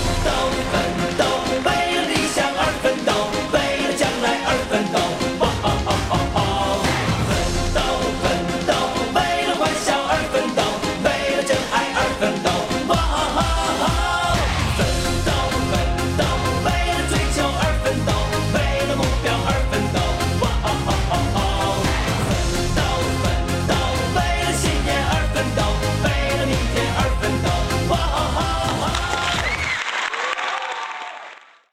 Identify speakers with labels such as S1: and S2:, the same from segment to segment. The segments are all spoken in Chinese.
S1: 奋奋斗，为了理想而奋斗，为了将来而奋斗，哇哦哦哦哦！奋斗奋斗，为了欢笑而奋斗，为了真爱而奋斗，哇哦哦哦！奋斗奋斗，为了追求而奋斗，为了目标而奋斗，哇哦哦哦哦！奋斗奋斗，为了信念而奋斗，为了明天而奋斗，哇哦哦哦！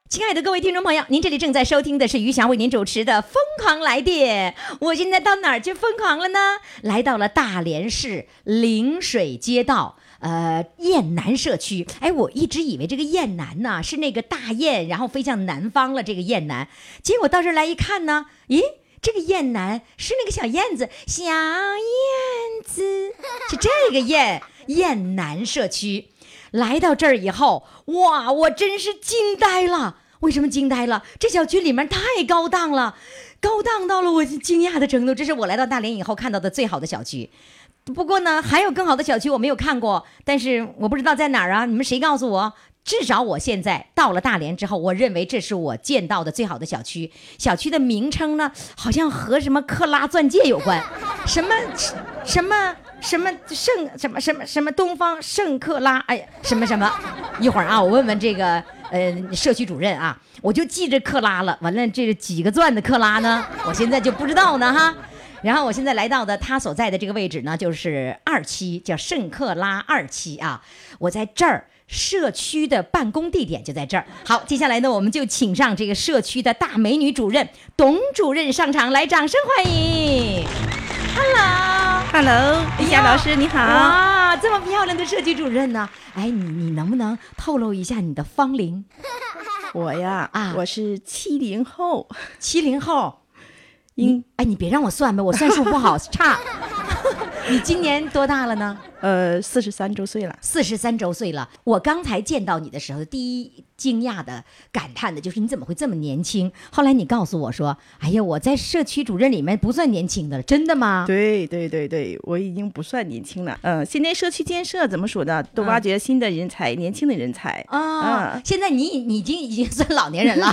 S2: 亲爱的各位听众朋友，您这里正在收听的是余霞为您主持的《疯狂来电》。我现在到哪儿去疯狂了呢？来到了大连市陵水街道。呃，雁南社区，哎，我一直以为这个雁南呐、是那个大雁，然后飞向南方了。这个雁南，结果到这儿来一看呢，咦，这个雁南是那个小燕子，小燕子是这个雁雁南社区。来到这儿以后，哇，我真是惊呆了！为什么惊呆了？这小区里面太高档了，高档到了我惊讶的程度。这是我来到大连以后看到的最好的小区。不过呢，还有更好的小区我没有看过，但是我不知道在哪儿啊！你们谁告诉我？至少我现在到了大连之后，我认为这是我见到的最好的小区。小区的名称呢，好像和什么克拉钻戒有关，什么什么什么圣什么什么什么东方圣克拉，哎呀，什么什么。一会儿啊，我问问这个呃社区主任啊，我就记着克拉了。完了，这几个钻的克拉呢，我现在就不知道呢哈。然后我现在来到的他所在的这个位置呢，就是二期，叫圣克拉二期啊。我在这儿，社区的办公地点就在这儿。好，接下来呢，我们就请上这个社区的大美女主任董主任上场，来，掌声欢迎。Hello，
S3: Hello，李霞老师你好。
S2: 哇，这么漂亮的社区主任呢？哎，你你能不能透露一下你的芳龄？
S3: 我呀，
S2: 啊
S3: 我是七零后，
S2: 七零后，
S3: 嗯
S2: 你哎，你别让我算吧，我算数不 好，差。你今年多大了呢？
S3: 呃，四十三周岁了。
S2: 四十三周岁了。我刚才见到你的时候，第一惊讶的、感叹的就是你怎么会这么年轻？后来你告诉我说：“哎呀，我在社区主任里面不算年轻的了，真的吗？”
S3: 对对对对，我已经不算年轻了。嗯、现在社区建设怎么说呢？都
S2: 嗯
S3: 挖掘新的人才，年轻的人才。
S2: 啊、
S3: 嗯
S2: 现在你已你已经已经算老年人了。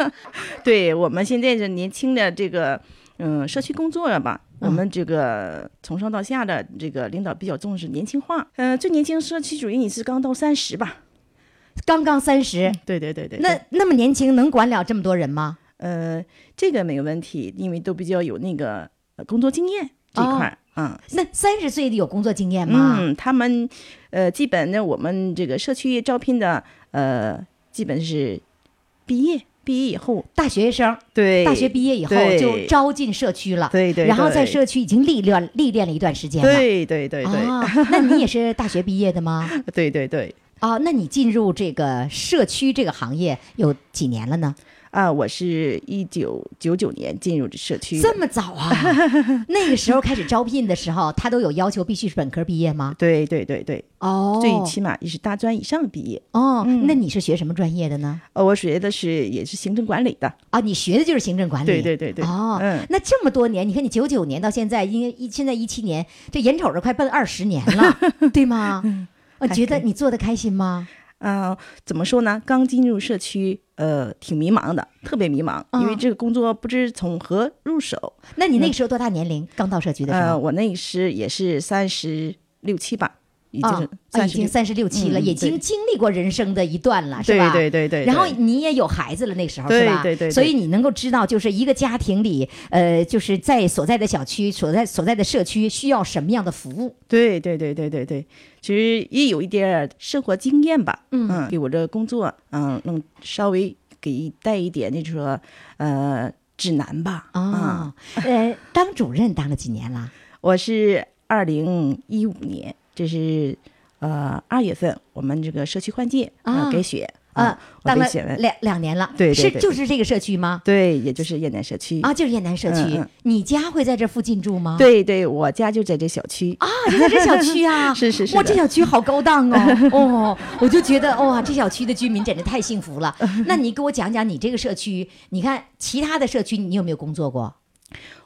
S3: 对我们现在这年轻的这个，嗯、社区工作吧。
S2: 嗯
S3: 我们这个从上到下的这个领导比较重视年轻化，嗯、最年轻社区主任也是刚到三十吧？
S2: 刚刚三十，
S3: 对对对对，对
S2: 那那么年轻，能管了这么多人吗？
S3: 呃，这个没有问题，因为都比较有那个呃工作经验这一块儿，嗯，
S2: 哦那三十岁的有工作经验吗？
S3: 嗯，他们呃，基本呢，我们这个社区招聘的呃，基本是毕业，毕业以后，
S2: 大学生，
S3: 对
S2: 大学毕业以后
S3: 对
S2: 就招进社区了，
S3: 对对
S2: 然后在
S3: 对
S2: 社区已经历练历练了一段时间了。
S3: 对对对对、
S2: 啊，那你也是大学毕业的吗？
S3: 对对对
S2: 啊，那你进入这个社区这个行业有几年了呢？
S3: 啊，我是一九九九年进入这社区的，
S2: 这么早 啊？那个时候开始招聘的时候，他都有要求必须是本科毕业吗？
S3: 对对对对，
S2: 哦，
S3: 最起码也是大专以上毕业。
S2: 哦，那你是学什么专业的呢？
S3: 呃，我学的是也是行政管理的，
S2: 啊，你学的就是行政管理。
S3: 对对对对
S2: 哦，
S3: 嗯
S2: 那这么多年，你看你九九年到现在，应该一现在一七年，这眼瞅着快奔二十年 了，对吗？
S3: 嗯
S2: 我哦觉得你做的开心吗？
S3: 啊、怎么说呢？刚进入社区，呃，挺迷茫的，特别迷茫，因为
S2: 嗯
S3: 这个工作不知从何入手。
S2: 那你那个时候多大年龄？刚到社区的时
S3: 呃，
S2: 候，
S3: 我那时也是三十六七吧，已经
S2: 啊
S3: 是
S2: 啊，
S3: 三
S2: 已
S3: 十、
S2: 经三十六七了，
S3: 嗯
S2: 已经
S3: 对
S2: 经历过人生的一段了，是
S3: 对
S2: 吧？
S3: 对对对
S2: 然后
S3: 对
S2: 你也有孩子了，那时候
S3: 对
S2: 是吧？
S3: 对对对
S2: 所以你能够知道，就是一个家庭里，呃，就是在所在的小区、所在所在的社区需要什么样的服务。
S3: 对对对对对对，其实也有一点儿生活经验吧，
S2: 嗯
S3: 给我这工作，嗯，能稍微给一带一点，那说呃指南吧，嗯
S2: 哦，呃，当主任当了几年了？
S3: 我是二零一五年，这是呃二月份我们这个社区换届
S2: 啊
S3: 改选，
S2: 呃，
S3: 我
S2: 当
S3: 被
S2: 了
S3: 选为
S2: 两两年了，
S3: 对对
S2: 是
S3: 对
S2: 就是这个社区吗？
S3: 对，也就是燕南社区
S2: 啊，。就是燕南社区
S3: 嗯嗯。
S2: 你家会在这附近住吗？
S3: 对对，我家就在这小区
S2: 啊，就在这小区啊，
S3: 是是是
S2: 哇，
S3: 的
S2: 这小区好高档 哦，哦，我就觉得哇，这小区的居民简直太幸福 了。那你给我讲讲你这个社区，你看其他的社区你有没有工作过？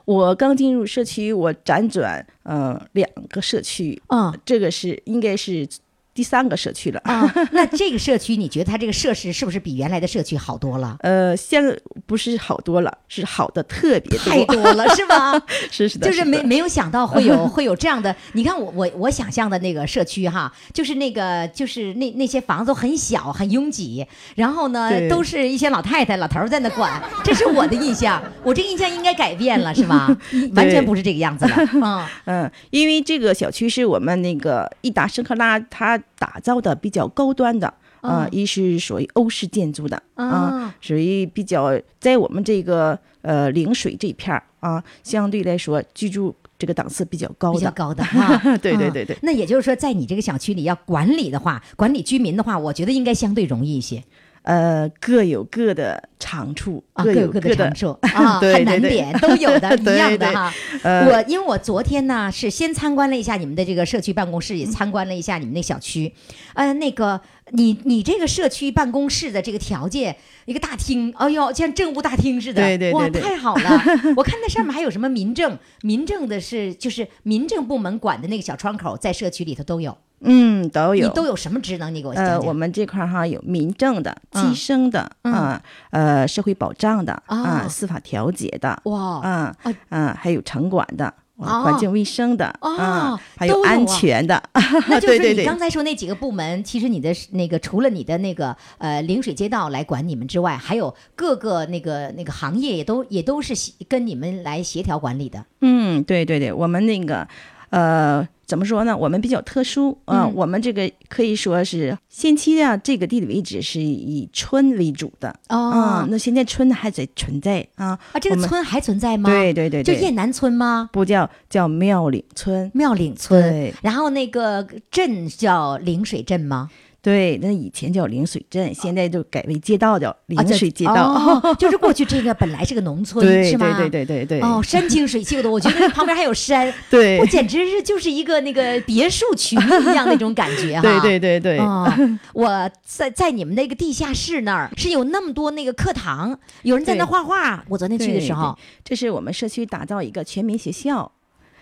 S3: 我刚进入社区，我辗转呃两个社区，
S2: 嗯
S3: 这个是应该是第三个社区了。
S2: 啊，那这个社区你觉得它这个设施是不是比原来的社区好多了？
S3: 呃，现在不是好多了，是好的特别
S2: 太
S3: 多，
S2: 多了是吧？
S3: 是是的，
S2: 就是
S3: 的
S2: 没没有想到会 有会有这样的，你看我我我想象的那个社区哈，就是那个就是那那些房子都很小很拥挤，然后呢
S3: 对
S2: 都是一些老太太老头儿在那管，这是我的印象，我这印象应该改变了是 吧？完全不是这个样子了，嗯，
S3: 嗯，因为这个小区是我们那个益达申克拉它打造的比较高端的，啊、
S2: 嗯
S3: 一是属于欧式建筑的，啊、
S2: 嗯
S3: 属于比较在我们这个呃陵水这一片儿啊、相对来说居住这个档次比较高
S2: 比较
S3: 的，，
S2: 高的哈
S3: 对对对对
S2: 嗯那也就是说，在你这个小区里要管理的话，管理居民的话，我觉得应该相对容易一些。
S3: 呃，各有各的长处，
S2: 啊，各
S3: 各
S2: 有各
S3: 各
S2: 的长 处啊，
S3: 对
S2: 很
S3: 对
S2: 难
S3: 对
S2: 点都有 的，一
S3: 对
S2: 样的
S3: 对
S2: 哈。
S3: 呃
S2: 我因为我昨天呢是先参观了一下你们的这个社区办公室，也参观了一下你们那小区，呃，那个你你这个社区办公室的这个条件，一个大厅，哎呦，像政务大厅似的，
S3: 对对对对
S2: 哇，太好 了！我看那上面还有什么民政，民政的是就是民政部门管的那个小窗口，在社区里头都有，
S3: 嗯，都有
S2: 你都有什么职能？你给我讲
S3: 呃，
S2: 讲。
S3: 我们这块儿哈有民政的、
S2: 嗯
S3: 计生的
S2: 嗯
S3: 啊、呃社会保障的啊、
S2: 啊
S3: 司法调解的，
S2: 哇，
S3: 啊
S2: 啊
S3: 啊，还有城管的，
S2: 哦
S3: 啊，环境卫生的
S2: 哦
S3: 啊，还
S2: 都
S3: 有
S2: 有啊
S3: 安全的，
S2: 那就
S3: 对
S2: 是
S3: 对
S2: 你刚
S3: 对，
S2: 才说那几个部门，其实你的是那个除了你的那个呃陵水街道来管你们之外，还有各个那个那个行业也都也都是协跟你们来协调管理的。
S3: 嗯，对对对，我们那个呃。怎么说呢？我们比较特殊啊、
S2: 嗯
S3: 我们这个可以说是先期啊，这个地理位置是以村为主的啊、
S2: 哦，
S3: 那现在村还在存在啊，
S2: 啊，这
S3: 我
S2: 个
S3: 们
S2: 村还存在吗？
S3: 对对对
S2: 就雁
S3: 对，
S2: 南村吗？
S3: 不叫叫庙岭村，
S2: 庙岭村
S3: 对，
S2: 然后那个镇叫陵水镇吗？
S3: 对，那以前叫陵水镇，现在就改为街道叫
S2: 啊
S3: 陵
S2: 叫
S3: 水街道，
S2: 哦就是过去这个本来是个农村，
S3: 对
S2: 是
S3: 对
S2: 吗？
S3: 对对对对，
S2: 哦，山清水秀的，我觉得旁边还有山，
S3: 对
S2: 我简直是就是一个那个别墅 群一样那种感觉哈。
S3: 对对对对，
S2: 哦，我在在你们那个地下室那儿是有那么多那个课堂，有人在那
S3: 对
S2: 画画。我昨天去的
S3: 对
S2: 时候，
S3: 这是我们社区打造一个全民学校。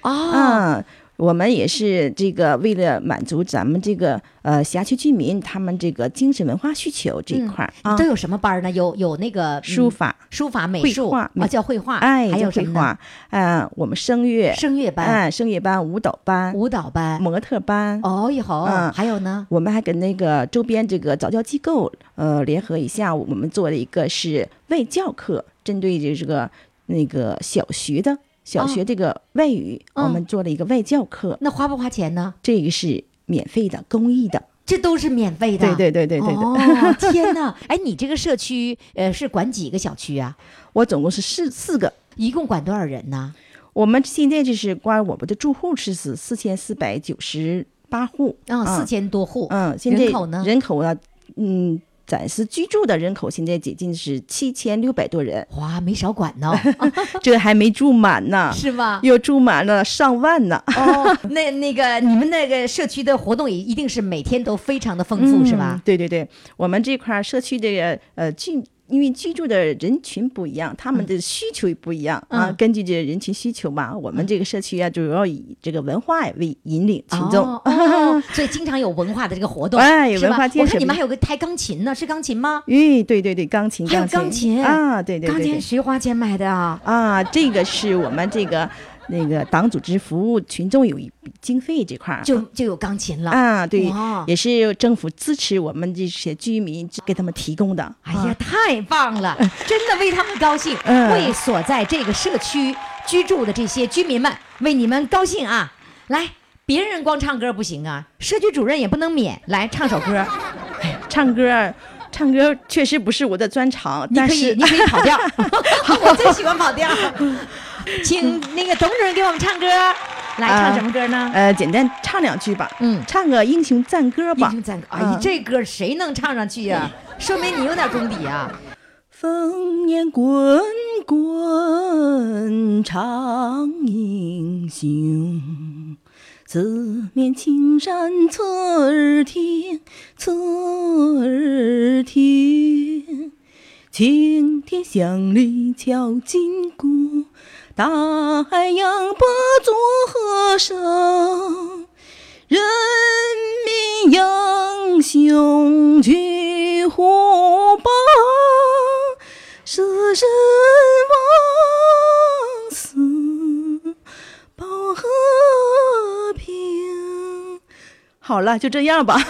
S2: 哦，
S3: 嗯，我们也是这个为了满足咱们这个呃辖区居民他们这个精神文化需求这一块儿、啊
S2: 嗯都，有什么班儿呢？有有那个嗯
S3: 书法、
S2: 书法、美
S3: 绘
S2: 术
S3: 画
S2: 啊，
S3: 美
S2: 叫绘画，
S3: 哎，
S2: 还有什
S3: 绘
S2: 么呢？
S3: 画，嗯、我们声乐，
S2: 声乐班、
S3: 嗯，声乐班、舞蹈班、
S2: 舞蹈班。
S3: 模特班。
S2: 哦哟
S3: 嗯，
S2: 还有呢？
S3: 我们还跟那个周边这个早教机构，呃，联合一下，我们做了一个是外教课，针对这这个那个小学的小学这个外语，
S2: 哦嗯
S3: 我们做了一个外教课。
S2: 那花不花钱呢？
S3: 这个是免费的、公益的。
S2: 这都是免费的。
S3: 对对对对对对，
S2: 哦，天哪！ 哎，你这个社区呃是管几个小区啊？
S3: 我总共是四四个。
S2: 一共管多少人呢？
S3: 我们现在就是光我们的住户是四四千四百九十八户，
S2: 啊，
S3: 嗯
S2: 四千多户。
S3: 嗯，现在
S2: 人口呢
S3: 人口呢，嗯，暂时居住的人口现在接近是七千六百多人，
S2: 哇，没少管呢，
S3: 这还没住满呢，
S2: 是吗？
S3: 又住满了上万呢。
S2: 啊哦，那那个你们那个社区的活动也一定是每天都非常的丰富，是
S3: 嗯
S2: 吧？？
S3: 对对对，我们这块儿社区这个呃居。因为居住的人群不一样，他们的需求也不一样、啊。
S2: 嗯
S3: 根据这人群需求吧，我们这个社区啊，主要以这个文化为引领群众。
S2: 哦哦，所以经常有文化的这个 活动，
S3: 哎有
S2: 是吧
S3: 文化建
S2: 我
S3: 设
S2: 看你们还有个弹钢琴呢，是钢琴吗？
S3: 咦，对对对，钢琴，
S2: 还有
S3: 钢
S2: 钢琴
S3: 啊，对对
S2: 钢
S3: 对
S2: 琴
S3: 对，
S2: 谁花钱买的啊？
S3: 啊，这个是我们这个那个党组织服务群众有一笔经费这块儿，
S2: 就就有钢琴了。
S3: 啊，对
S2: 哇，
S3: 也是政府支持我们这些居民给他们提供的。啊
S2: 哎呀，太棒 了，真的为他们高兴，
S3: 嗯
S2: 为所在这个社区居住的这些居民们为你们高兴啊！来，别人光唱歌不行啊，社区主任也不能免，来唱首 歌。
S3: 唱歌儿，唱歌儿确实不是我的专长，
S2: 你
S3: 但
S2: 可以，
S3: 是
S2: 你可以跑 调，
S3: 嗯
S2: 我最喜欢跑调。请那个董主任给我们唱歌，来唱什么歌呢？
S3: 呃，简单唱两句吧，
S2: 嗯
S3: 唱个英雄赞歌
S2: 英
S3: 吧。
S2: 雄赞歌，哎
S3: 嗯
S2: 这歌谁能唱上去呀？嗯说明你有点功底 啊。
S3: 烽烟滚滚长英雄，四面青山侧耳听，侧耳听。青天响里敲金鼓，大海扬波作和声。人民英雄去虎豹，舍身忘死保和平。好了，就这样吧。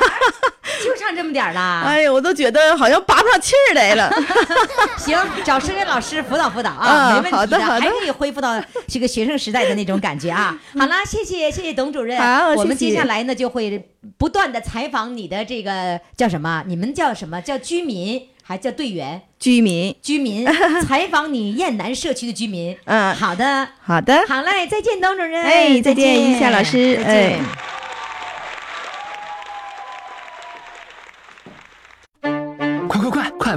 S2: 就唱这么点儿啦。
S3: 哎呀，我都觉得好像拔不上气儿来了。
S2: 行，找声乐老师辅导辅导啊，
S3: 啊
S2: 没问题
S3: 好的好的
S2: 还 可以恢复到这个学生时代的那种感觉啊。 好啦，谢谢谢谢董主任，
S3: 好
S2: 我们
S3: 谢谢
S2: 接下来呢就会不断的采访你的这个叫什么？你们叫什么叫居民？还叫队员、
S3: 居民，
S2: 居 民采访你燕南社区的居民。
S3: 嗯
S2: 好的，
S3: 好的，
S2: 好嘞，再见，董主任。
S3: 哎，再见，一夏老师，
S2: 再见
S3: 哎。
S4: 快快快，快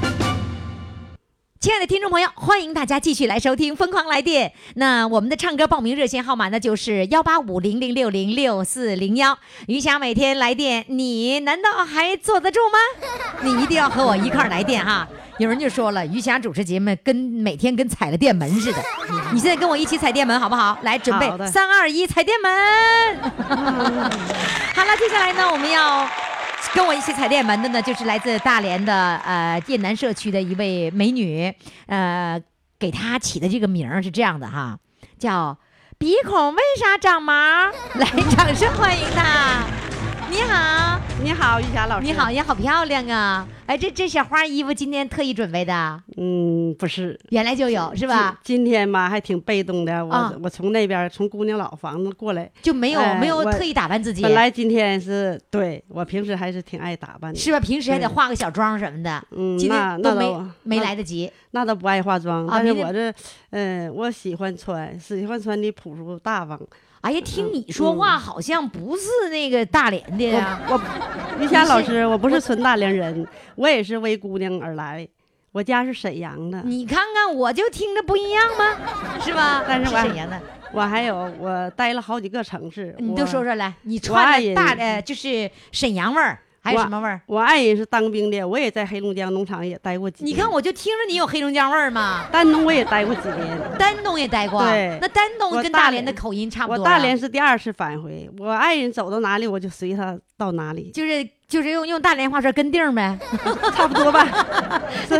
S2: 亲爱的听众朋友，欢迎大家继续来收听《疯狂来电》。那我们的唱歌报名热线号码呢，就是幺八五零零六零六四零幺。余霞每天来电，你难道还坐得住 吗？你一定要和我一块儿来电哈。有人就说了，余霞主持节目跟每天跟踩了电门似的。你现在跟我一起踩电门好不好？来，准备
S3: 好的
S2: 三二一，踩电 门。好了，接下来呢，我们要跟我一起踩电门的呢，就是来自大连的呃雁南社区的一位美女，呃，给她起的这个名儿是这样的哈，叫鼻孔为啥长毛？来，掌声欢迎她。哎你好，
S5: 你好，玉霞老师。
S2: 你好，。也好漂亮啊！哎，这这小花衣服今天特意准备的，
S5: 嗯，不是，
S2: 原来就有是
S5: 是
S2: 吧？？
S5: 今天嘛，还挺被动的。我、
S2: 啊
S5: 我从那边从姑娘老房子过来，
S2: 就没有、
S5: 哎
S2: 没有
S5: 我
S2: 特意打扮自己，
S5: 本来今天是对我平时还是挺爱打扮的。
S2: 是吧？平时还得
S5: 对
S2: 化个小妆什么的，
S5: 嗯，
S2: 今
S5: 那
S2: 天都
S5: 那
S2: 没
S5: 倒
S2: 没
S5: 那
S2: 来得及。
S5: 那倒不爱化妆，
S2: 啊
S5: 但是
S2: 没人
S5: 我这，嗯、我喜欢穿，喜欢穿的朴素大方。嗯
S2: 哎呀，听你说话好像不是那个大连的呀、
S5: 我我，玉霞老师，我不是纯大连人，我也是为姑娘而来，我家是沈阳的。
S2: 你看看，我就听着不一样吗？是吧？
S5: 但是我还
S2: 沈阳的，
S5: 我还有我待了好几个城市，
S2: 你
S5: 我
S2: 都说说来，你
S5: 爱
S2: 穿的
S5: 人
S2: 大的就是沈阳味儿，还有
S5: 我
S2: 什么味儿？
S5: 我爱人是当兵的，我也在黑龙江农场也待过几
S2: 你
S5: 年。
S2: 看，我就听着你有黑龙江味儿嘛。
S5: 丹东我也待过几年。
S2: 丹东也待过，啊
S5: 对
S2: 那丹东
S5: 我
S2: 跟
S5: 大
S2: 大连的
S5: 连
S2: 口音差不
S5: 我
S2: 多。
S5: 大连是第二次返回，我爱人走到哪里我就随他到哪里，
S2: 就是就是用用大连话说跟腚儿呗，
S5: 差不多吧。是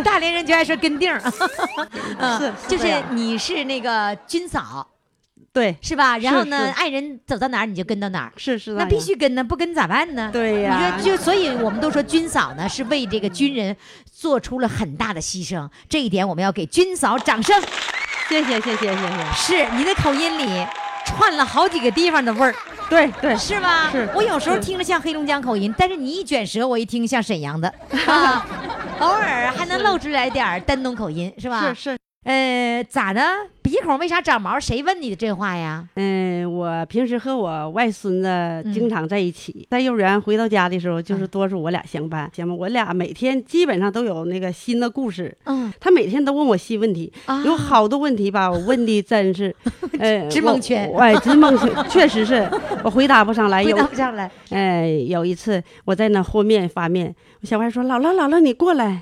S2: 大连人就爱说跟腚儿。嗯，
S5: 是
S2: 就
S5: 这
S2: 是
S5: 样
S2: 你是那个军嫂
S5: 对，
S2: 是吧？然
S5: 是
S2: 后呢，
S5: 是
S2: 爱人走到哪儿你就跟到哪儿。
S5: 是是
S2: 那
S5: 样
S2: 必须跟呢，不跟咋办呢？
S5: 对呀
S2: 你说就所以我们都说军嫂呢是为这个军人做出了很大的牺牲，这一点我们要给军嫂掌声。
S5: 谢谢谢谢谢谢，
S2: 是你的口音里串了好几个地方的味儿，
S5: 对对
S2: 是吧？
S5: 是
S2: 我有时候
S5: 是
S2: 听着像黑龙江口音，但是你一卷舌，我一听像沈 阳的，啊，偶尔还能露出来点儿丹东口音，是吧？
S5: 是是，
S2: 呃，咋的？鼻孔为啥长毛？谁问你的这话呀？
S5: 嗯，我平时和我外孙子
S2: 嗯
S5: 经常在一起，在幼儿园回到家的时候，就是
S2: 嗯
S5: 多数我俩相伴，行吗？我俩每天基本上都有那个新的故事，
S2: 嗯
S5: 他每天都问我新问题，
S2: 啊，
S5: 有好多问题吧，我问的 真是，呃，
S2: 直蒙圈
S5: 我我哎，直蒙圈，确实是我回答不上 来。
S2: 回
S5: 有
S2: 答，不上来。
S5: 哎，有一次我在那和面发面，我小外说：“姥姥，姥姥，你过来。”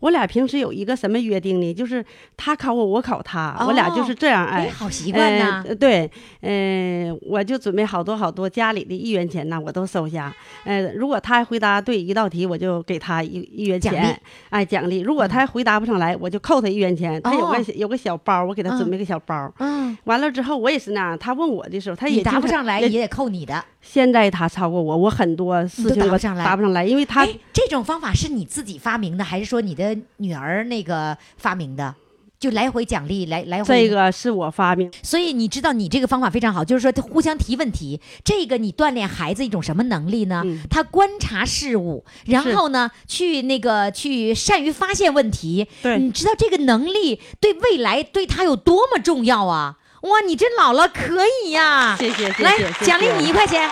S5: 我俩平时有一个什么约定呢？就是他考我，我考他，我俩就是这样
S2: 哎，
S5: 哎。
S2: 好习惯呐、
S5: 呃对，嗯、我就准备好多好多家里的一元钱呐，我都收下。呃，如果他回答对一道题，我就给他一一元
S2: 奖
S5: 钱，
S2: 励
S5: 哎，奖励。如果他回答不上来，我就扣他一元钱。他有个、
S2: 哦
S5: 有个小包，我给他准
S2: 嗯
S5: 备个小包。
S2: 嗯，
S5: 完了之后，我也是那样。他问我的时候，他也
S2: 你答
S5: 经
S2: 不
S5: 常
S2: 上来也
S5: 也
S2: 得扣你的。
S5: 现在他超过我，我很多事
S2: 你都
S5: 情
S2: 答
S5: 我
S2: 不上来
S5: 答不上来，因为他
S2: 哎，这种方法是你自己发明的，还是说你的女儿那个发明的？就来回奖励，来来回
S5: 这个 是我发明，
S2: 所以你知道，你这个方法非常好，就是说他互相提问题，这个你锻炼孩子一种什么能力呢？
S5: 嗯
S2: 他观察事物，然
S5: 是
S2: 后呢，去那个去善于发现问题。
S5: 对
S2: 你知道这个能力对未来对他有多么重要啊！哇，你这姥姥可以呀、
S5: 谢谢谢谢，
S2: 来
S5: 谢谢
S2: 奖励你一块钱，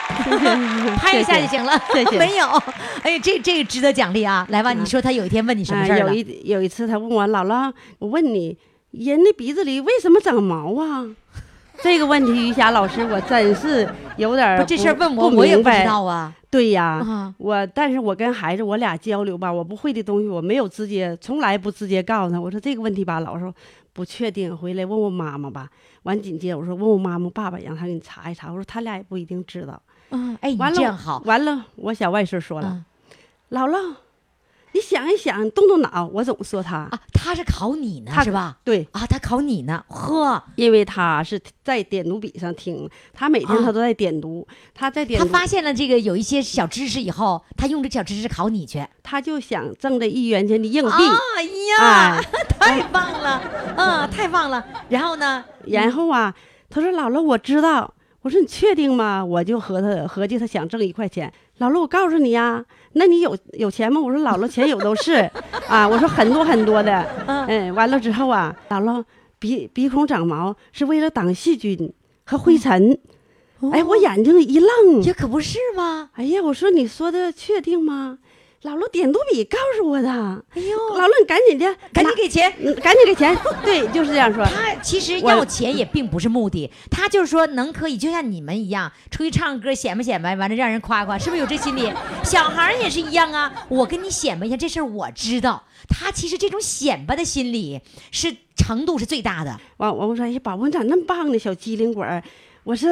S2: 拍一下就行了。
S5: 谢谢
S2: 没有，哎，这这个值得奖励啊！来吧，你说他有一天问你什么
S5: 啊
S2: 事儿了？
S5: 嗯有一有一次，他问我姥姥，我问你，人的鼻子里为什么长毛啊？ 这个问题，于霞老师，我真是有点儿
S2: 不，这事儿问我，
S5: 不
S2: 我也
S5: 明
S2: 不知
S5: 白。
S2: 道啊。
S5: 对呀，
S2: 啊
S5: 我但是我跟孩子我俩交流吧，我不会的东西我没有直接，从来不直接告诉他。我说这个问题吧，老师说不确定，回来问问妈妈吧。完紧接着我说问问妈妈、爸爸，让他给你查一查。我说他俩也不一定知道。
S2: 嗯，哎，你
S5: 完了
S2: 这样好。
S5: 完了，我小外甥说了，
S2: 嗯
S5: 姥姥，你想一想，动动脑。我总说他，
S2: 啊，他是考你呢，
S5: 他
S2: 是吧？
S5: 对，
S2: 啊，他考你呢，呵，
S5: 因为他是在点读笔上听，他每天
S2: 啊
S5: 他都在点读，他在点
S2: 他
S5: 读，
S2: 发现了这个有一些小知识以后，他用这小知识考你去。
S5: 他就想挣这一元钱的硬币。
S2: 哎呀，
S5: 哎
S2: 太棒了，嗯，太棒了。然后呢，
S5: 然后啊，他说：“姥姥，我知道。”我说：“你确定吗？”我就和他合计，他想挣一块钱。姥姥，我告诉你呀、那你有有钱吗？我说：“姥姥，钱有都 是啊。”我说：“很多很多的。”嗯，完了之后啊，姥姥鼻鼻孔长毛是为了挡细菌和灰尘。哎，我眼睛一愣，
S2: 这哦可不是吗？
S5: 哎呀，我说你说的确定吗？姥姥点读笔告诉我的。
S2: 哎呦，
S5: 姥姥，你赶紧的，
S2: 赶紧给钱。
S5: 给，赶紧 给钱。 对，就是这样说。
S2: 他其实
S5: 我
S2: 要钱也并不是目的，他就是说能可以，就像你们一样，出去唱歌显摆显摆，完了让人夸夸，是不是有这心理？小孩儿也是一样啊，我跟你显摆一下，这事儿我知道。他其实这种显摆的心理是程度是最大的。
S5: 完，我说：“哎呀，宝宝，你咋那么棒呢？小机灵鬼儿！”我说：“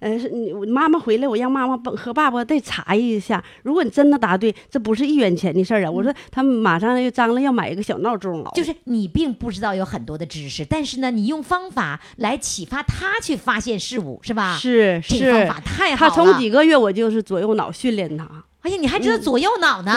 S5: 呃，是你我妈妈回来，我让妈妈帮和爸爸再查一下。如果你真的答对，这不是一元钱的事儿啊！”我
S2: 嗯
S5: 说：“他们马上又张罗要买一个小闹钟，
S2: 就是你并不知道有很多的知识，但是呢，你用方法来启发他去发现事物，是吧？
S5: 是
S2: 这个方
S5: 是
S2: 法。太好
S5: 他
S2: 了。
S5: 从几个月我就是左右脑训练他，
S2: 哎呀，你还知道左右脑 呢？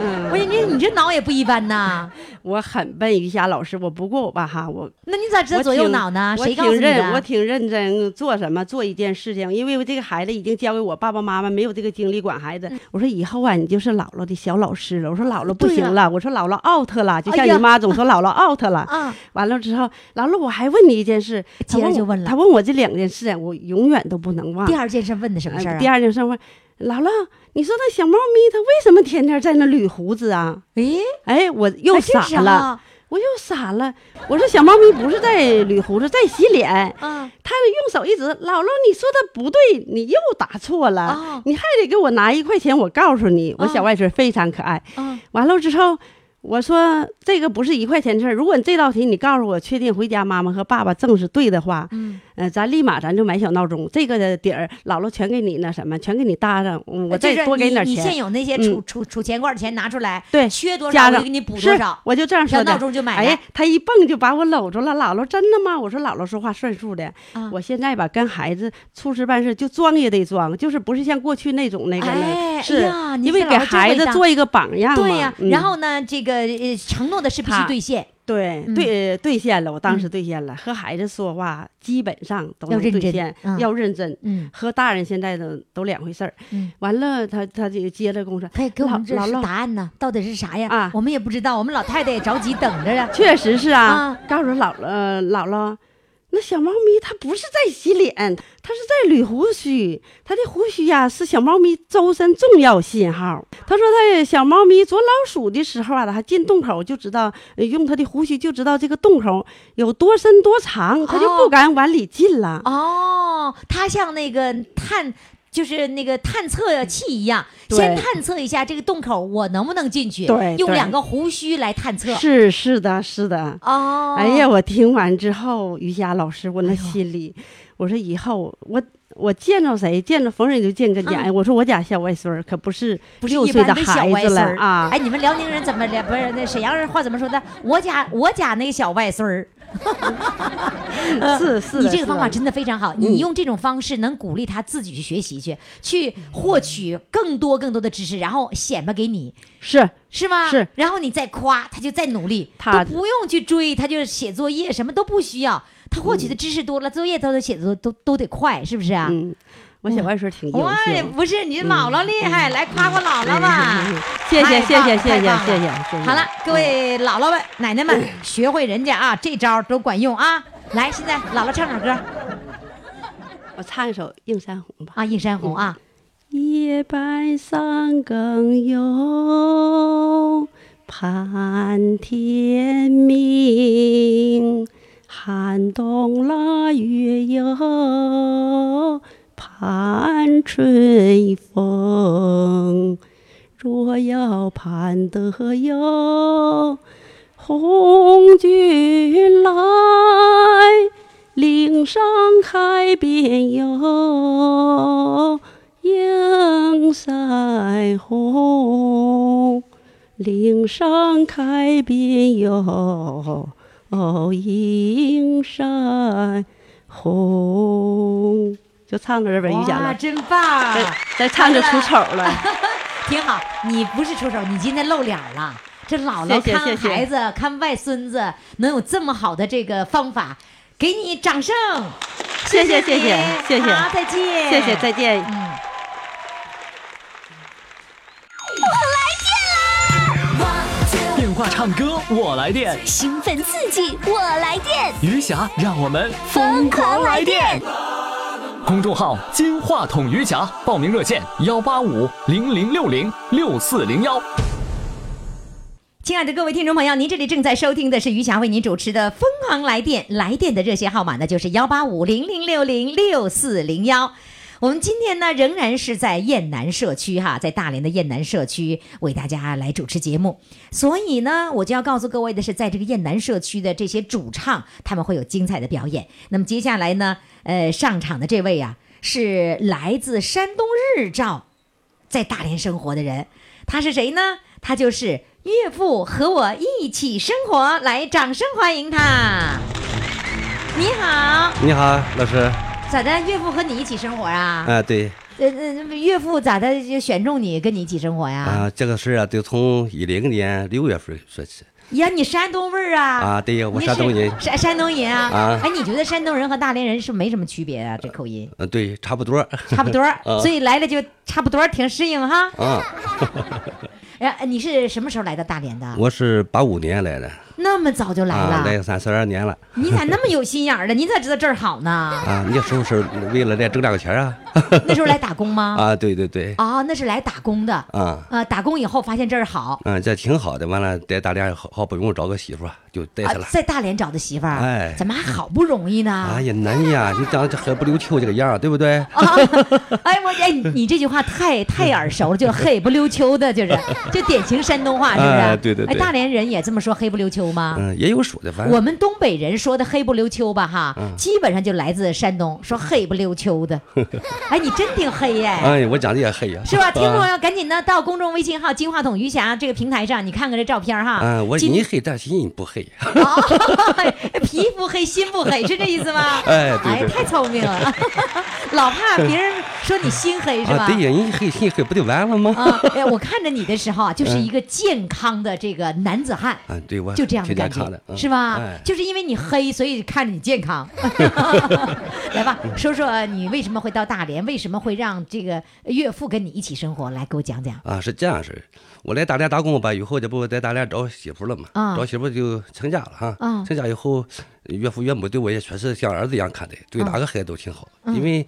S5: 嗯，
S2: 我说你你这脑也不一般呐。
S5: 我很笨，于霞老师，我不过我爸哈，我
S2: 那你咋知道
S5: 我
S2: 左右
S5: 挺
S2: 脑呢？
S5: 我
S2: 谁告
S5: 挺
S2: 诉你
S5: 认，我
S2: 的？
S5: 挺认真做什么做一件事情，因为我这个孩子已经交给我爸爸妈妈，没有这个精力管孩子。
S2: 嗯
S5: 我说以后啊，你就是姥姥的小老师了。我说姥姥不
S2: 对呀
S5: 行了，我说姥姥 out 了，就
S2: 哎
S5: 像
S2: 呀
S5: 你妈总说姥姥 out 了。
S2: 啊，
S5: 完了之后，姥姥我还问你一件事，她
S2: 接着
S5: 我
S2: 就问了
S5: 她问我这两件事，我永远都不能忘
S2: 第。二件事问的什么
S5: 哎
S2: 事儿啊
S5: 第？二件事问姥姥，你说那小猫咪它为什么天天在那捋胡子啊？
S2: 哎，
S5: 哎，我又
S2: 还真是
S5: 傻了，
S2: 啊。
S5: 我又傻了。我说小猫咪不是在捋胡子，在洗脸。
S2: 啊，
S5: 他用手一指，姥姥，你说的不对，你又答错了，
S2: 哦
S5: 你还得给我拿一块钱，我告诉你，我
S2: 哦
S5: 小外孙非常可爱。
S2: 嗯
S5: 完了之后，我说这个不是一块钱的事儿，如果你这道题你告诉我确定回家妈妈和爸爸正是对的话，
S2: 嗯，
S5: 呃，咱立马咱就买小闹钟，这个底儿姥姥全给你那什么，全给你搭上，嗯我
S2: 呃就
S5: 再
S2: 是
S5: 多给
S2: 你
S5: 点
S2: 你现
S5: 钱。
S2: 有那些
S5: 嗯
S2: 储储储钱罐的钱拿出来，
S5: 对
S2: 缺多少
S5: 加
S2: 我
S5: 上
S2: 就给你补
S5: 是
S2: 多少，
S5: 我就这样
S2: 小
S5: 说的
S2: 闹。钟就买
S5: 哎
S2: 了
S5: 呀。，他一蹦就把我搂住了。姥姥，真的吗？我说姥姥说话算数的。
S2: 啊
S5: 我现在吧，跟孩子处事办事就装也得装，就是不是像过去那种那个了，
S2: 哎
S5: 是、
S2: 哎呀你
S5: 因
S2: 这
S5: 为
S2: 姥
S5: 给
S2: 姥真
S5: 孩
S2: 伟
S5: 子
S2: 大
S5: 做一个榜样嘛。
S2: 对呀、
S5: 嗯
S2: 然后呢，这个呃承诺的是必须
S5: 他
S2: 兑现，
S5: 对
S2: 嗯
S5: 对、兑现了，我当时兑现了，和孩子说话基本上都
S2: 要
S5: 能
S2: 认
S5: 兑
S2: 真
S5: 现，
S2: 嗯
S5: 要认真。
S2: 嗯，
S5: 和大人现在都都两回事儿，
S2: 嗯
S5: 完了他他就接着跟我说，
S2: 可以给我们
S5: 老
S2: 这
S5: 姥
S2: 是
S5: 姥
S2: 答案呢，到底是啥呀？
S5: 啊
S2: 我们也不知道，我们老太太也着急等着呀。
S5: 确实是啊
S2: 啊，
S5: 告诉姥姥姥姥，那小猫咪它不是在洗脸，它是在捋胡须。它的胡须呀、是小猫咪周身重要信号。他说他小猫咪捉老鼠的时候啊，它进洞口就知道，呃用它的胡须就知道这个洞口有多深多长，它就
S2: 哦
S5: 不敢往里进了。
S2: 哦，她像那个探，就是那个探测器一样，
S5: 对
S2: 先探测一下这个洞口我能不能进去，
S5: 对
S2: 用
S5: 对
S2: 两个胡须来探测。
S5: 是是的，是的。
S2: 哦，
S5: 哎呀，，我听完之后，瑜伽老师，我
S2: 哎
S5: 那
S2: 呦
S5: 心里，我说以后我我见着谁，见着逢人就见跟前。哎，我说我家小外孙儿可不是
S2: 嗯不是
S5: 六
S2: 一
S5: 岁
S2: 般
S5: 的
S2: 的小
S5: 孩
S2: 外
S5: 子
S2: 孙
S5: 了
S2: 儿哎
S5: 啊
S2: 哎，！你们辽宁人怎么了？不是那沈阳人话怎么说的？我家我家那个小外孙儿，呃
S5: 是是的，
S2: 你这个方法
S5: 是的嗯
S2: 真的非常好，你用这种方式能鼓励他自己去学习去，去获取更多更多的知识，然后显摆给你，
S5: 是
S2: 是吗？
S5: 是。
S2: 然后你再夸，他就再努力，
S5: 他
S2: 都不用去追，他就是写作业，什么都不需要。他获取的知识多了，作业他的写作都都得快，是不是啊？
S5: 嗯，我小外孙挺优
S2: 哇，
S5: 秀。
S2: 不是你姥姥厉害，来夸夸姥姥吧。
S5: 谢谢谢
S2: 太棒
S5: 谢
S2: 了
S5: 谢谢
S2: 太棒了
S5: 谢谢，谢谢
S2: 好了，各位姥姥们、奶奶们，学会人家啊，这招都管用啊！来，现在姥姥唱首歌
S5: 我唱一首《映山红》吧。
S2: 啊，《映山红》啊。
S5: 嗯夜半三更有盼天明，寒冬腊月有盼春风。若要盼得哟，红军来，岭上开遍哟，映山红。岭上开遍哟，映山红。就唱到这边，于霞
S2: 哇，
S5: 了，
S2: 真棒！
S5: 再唱就出丑了。
S2: 挺好，你不是出手，你今天露脸了。这姥姥
S5: 谢谢谢
S2: 看
S5: 谢
S2: 孩子、看外孙子，能有这么好的这个方法，给你掌声！
S5: 谢谢谢谢
S2: 你
S5: 谢谢
S2: 好，再见，
S5: 谢谢，再见。
S2: 嗯。
S4: 电话唱歌我来电，
S6: 兴奋刺激，我来电！
S4: 余霞让我们
S6: 疯狂来电！
S4: 公众号“金话筒余霞”，报名热线：幺八五零零六零六四零幺。
S2: 亲爱的各位听众朋友，您这里正在收听的是余霞为您主持的《疯狂来电》，来电的热线号码呢就是幺八五零零六零六四零幺。我们今天呢，仍然是在燕南社区哈，在大连的燕南社区为大家来主持节目。所以呢，我就要告诉各位的是，在这个燕南社区的这些主唱，他们会有精彩的表演。那么接下来呢，呃，上场的这位啊，是来自山东日照在大连生活的人，他是谁呢？他就是岳父和我一起生活，来，掌声欢迎他。你好，
S7: 你好，老师。
S2: 咋的？岳父和你一起生活啊？
S7: 啊，对
S2: 呃呃，岳父咋的就选中你跟你一起生活呀？
S7: 啊，这个事儿啊，得从一零年六月份说起
S2: 哎呀，你山东味儿啊！
S7: 啊。对呀，我
S2: 你
S7: 山东人
S2: 是，山山东人啊！
S7: 啊
S2: 哎，你觉得山东人和大连人是没什么区别啊？这口 音
S7: 嗯，对，差不多。
S2: 差不多儿，
S7: 啊
S2: 所以来了就差不多儿，挺适应哈。
S7: 啊，
S2: 然后你是什么时候来到大连的？
S7: 我是八五年来的，
S2: 那么早就来了？
S7: 啊，来三十二年了
S2: 你咋那么有心眼儿的？你咋知道这儿好呢？
S7: 啊。那时候是为了来挣点个钱啊。
S2: 那时候来打工吗？
S7: 啊，对对对，
S2: 哦，那是来打工的。
S7: 啊，
S2: 呃，打工以后发现这儿好，
S7: 嗯，这挺好的。完了，在大连好好不容易找个媳妇儿，就带
S2: 啊
S7: 她了。
S2: 在大连找的媳妇儿，
S7: 哎
S2: 怎么还好不容易呢？
S7: 哎呀，难呀，你长得这很不溜秋这个样儿，对不对？
S2: 啊，哎，我哎，你这句话太太耳熟了，就是黑不溜秋的，就是就典型山东话，是不是？
S7: 哎对对对
S2: 哎，大连人也这么说黑不溜秋吗？
S7: 嗯，也有说的，反
S2: 我
S7: 正嗯
S2: 们东北人说的黑不溜秋吧，哈，基本上就来自山东，说黑不溜秋的。哎，你真挺黑耶、
S7: 哎，我长得也黑呀，
S2: 是吧？听众
S7: 啊
S2: 朋友，赶紧呢到公众微信号“金话筒余霞”这个平台上，你看看这照片哈。
S7: 啊，我
S2: 今
S7: 你黑，但是你不黑。
S2: 哦， 皮肤黑心不黑，是这意思吗？
S7: 哎对对对
S2: 太聪明了，老怕别人说你心黑是吧？
S7: 啊，对呀，你黑心黑不就完了吗？
S2: 啊哎，我看着你的时候啊，就是一个健康的这个男子汉。
S7: 啊，对我
S2: 就这样的
S7: 挺
S2: 感
S7: 健
S2: 觉
S7: 康的，嗯
S2: 是吧、
S7: 哎
S2: 就是因为你黑，所以看着你健 康。 来吧，说说你为什么会到大连，为什么会让这个岳父跟你一起生活？来，给我讲讲。
S7: 啊，是这样式儿。我来大连打工吧，以后这不在大连找媳妇了嘛？
S2: 啊
S7: 找媳妇就成家了哈。
S2: 啊
S7: 成家以后，岳父岳母对我也确实像儿子一样看待，
S2: 嗯
S7: 对哪个孩子都挺好。因为，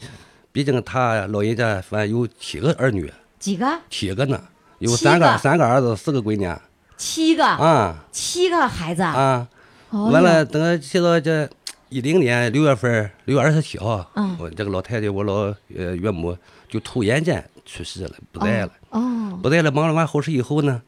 S7: 毕竟他老人家反正有七个儿女，
S2: 几个？
S7: 七个呢，有
S2: 七
S7: 三
S2: 个
S7: 个三个儿子，四个闺女啊
S2: 七个？
S7: 啊
S2: 七个孩子？哦
S7: 啊。
S2: 哟
S7: 完了，等去到这一零年六月份，六月二十七号
S2: 嗯，
S7: 我这个老太太，我老呃岳母就突然间去世了，不在了。
S2: 哦，
S7: 不在了，忙了完后事以后呢，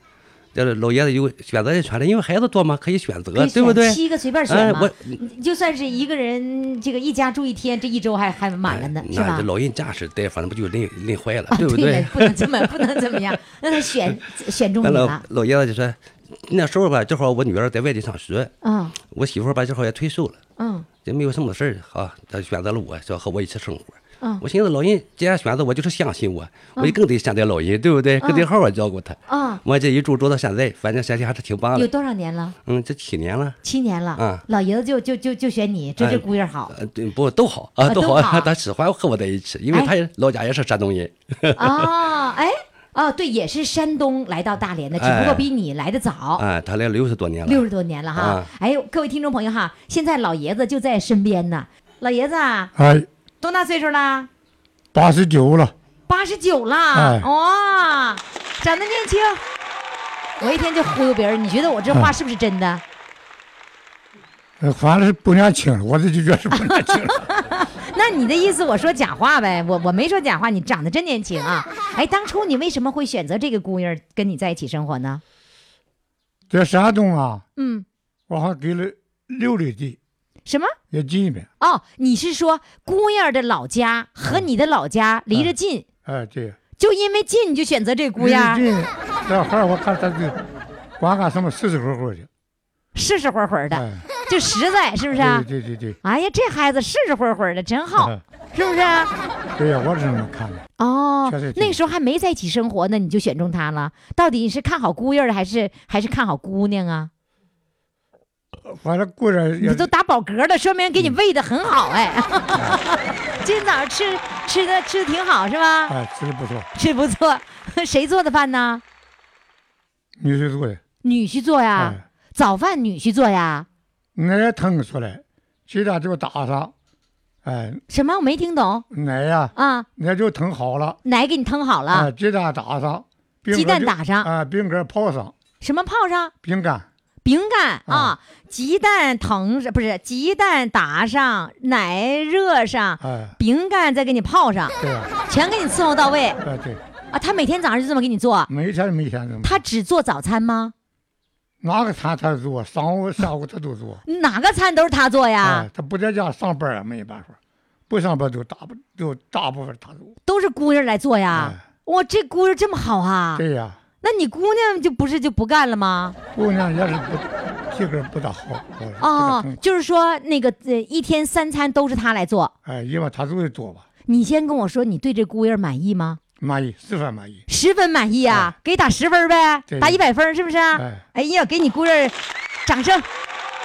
S7: 这老爷子有选择的权利，因为孩子多嘛，可以选择
S2: 可以，
S7: 呃对不
S2: 选
S7: 对？
S2: 七个随便选
S7: 哎
S2: 嘛、嗯
S7: 我
S2: 你就算是一个人，这个一家住一天，这一周还还满了呢，是
S7: 那
S2: 吧
S7: 这？老人家是带，反正不就累累坏了，
S2: 啊，对
S7: 不对 哎
S2: 了？不能这么，不能怎么样，让他选选中你
S7: 完
S2: 了
S7: 老。老爷子就说：“那时候吧，正好我女儿在外地上学，
S2: 嗯
S7: 我媳妇儿吧正好也退休了，
S2: 嗯
S7: 也没有什么事儿啊，她选择了我，说和我一起生活。
S2: 嗯
S7: 我寻思老人既然选择我，就是相信我，我就更得善待老人，对不
S2: 嗯
S7: 对？更得好好照顾他。
S2: 啊，
S7: 我这一住住到现在，反正相信还是挺棒
S2: 有
S7: 的。
S2: 多少年了？
S7: 嗯，这七年了，
S2: 七年了。
S7: 啊
S2: 老爷子就就就就选你，这这
S7: 哎
S2: 姑爷好
S7: 呃，对，不都好
S2: 啊
S7: 啊，都
S2: 都
S7: 好
S2: 好
S7: 啊， 他喜欢和我在一起，因为
S2: 哎
S7: 他也老家也是山东人。
S2: 啊！哎哦，对，也是山东来到大连的，只不过
S7: 哎
S2: 比你来的早。
S7: 啊，他来六十多年了。
S2: 六十多年了哈。
S7: 啊
S2: 哎，各位听众朋友哈，现在老爷子就在身边呢。老爷子啊
S8: 哎，
S2: 多大岁数了？
S8: 八十九了，
S2: 八十九了，
S8: 哎
S2: 哇、长得年轻。我一天就忽悠别人，你觉得我这话
S8: 哎
S2: 是不是真的？
S8: 呃反正是不年轻了，我这就觉得是 不年轻了。
S2: 那你的意思我说假话呗？我我没说假话，你长得真年轻 啊！哎，当初你为什么会选择这个姑娘跟你在一起生活呢？
S8: 在山东啊，
S2: 嗯，
S8: 我还给了六里地，
S2: 什么？
S8: 也近呗。
S2: 哦，你是说姑娘的老家和你的老家离着近，
S8: 哎，对，
S2: 就因为近你就选择这姑娘？
S8: 离近，这孩儿我看他这光干什么实实活活的。
S2: 是是活活的，
S8: 哎，
S2: 就实在，是不是啊？
S8: 对对对对，
S2: 哎呀，这孩子是是活活的，真好
S8: 嗯，
S2: 是不是啊？
S8: 对呀，我是这么看的。
S2: 哦
S8: 确实，挺
S2: 那个时候还没在一起生活呢，你就选中他了？到底你是看好姑爷儿还是还是看好姑娘啊？
S8: 反正过着也
S2: 你都打饱嗝了，说明给你
S8: 嗯
S2: 喂的很好 哎。今天早上吃吃的吃的挺好是吧？
S8: 哎吃的不错，
S2: 吃不错，谁做的饭呢？
S8: 女婿做的，
S2: 女婿做呀，
S8: 哎，
S2: 早饭女婿做呀。
S8: 奶也腾出来，其他就打上，哎，
S2: 什么？我没听懂
S8: 奶呀，
S2: 啊？
S8: 奶就腾好了，
S2: 奶给你腾好
S8: 啊，
S2: 了，
S8: 鸡蛋打上，饼
S2: 鸡
S8: 干
S2: 蛋
S8: 就
S2: 打上，
S8: 啊，饼干泡上，
S2: 什么泡上？
S8: 饼干
S2: 饼干
S8: 啊
S2: 啊，鸡蛋腾上不是鸡蛋打上，奶热上，
S8: 哎，
S2: 饼干再给你泡上，
S8: 对呀，
S2: 全给你伺候到位
S8: 哎对，
S2: 啊！他每天早上就这么给你做，
S8: 每天每天这么，
S2: 他只做早餐吗？
S8: 哪个餐他做，上午下午他都 做，
S2: 哪个餐都是他做呀
S8: 哎？，他不在家上班啊，没办法，不上班就大部就大部分他做，
S2: 都是姑爷来做呀？
S8: 哎
S2: 哇，这姑爷这么好啊？
S8: 对呀，
S2: 那你姑娘就不是就不干了吗？
S8: 姑娘也是不性格不大好，哎不大
S2: 哦
S8: 疼，
S2: 就是说那个呃，一天三餐都是他来做。
S8: 哎，因为他做的多吧，
S2: 你先跟我说，你对这姑爷满意吗？
S8: 满意，十分满意，
S2: 十分满意啊，给打十分呗
S8: 哎对，
S2: 打一百分是不是啊？
S8: 哎，
S2: 哎呀，给你姑爷掌声。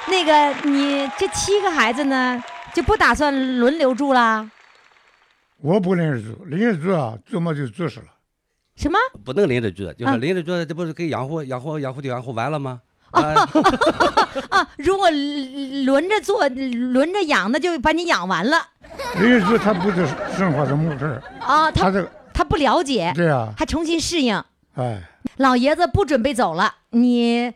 S2: 那个，你这七个孩子呢，就不打算轮流住啦？
S8: 我不认识做，认识做啊，做么就做死了，
S2: 什么？
S7: 不能淋着住，就
S2: 啊
S7: 是淋着住，这不是给养活养活养活就养活完了吗？
S2: 嗯
S7: 啊，
S2: 啊，如果轮轮着做、轮着养，那就把你养完了
S8: 认识做他不知生活怎么回事儿，
S2: 啊。
S8: 他
S2: 他
S8: 这个
S2: 他不了解，
S8: 对啊呀，
S2: 还重新适应。
S8: 哎。
S2: 老爷子不准备走了，你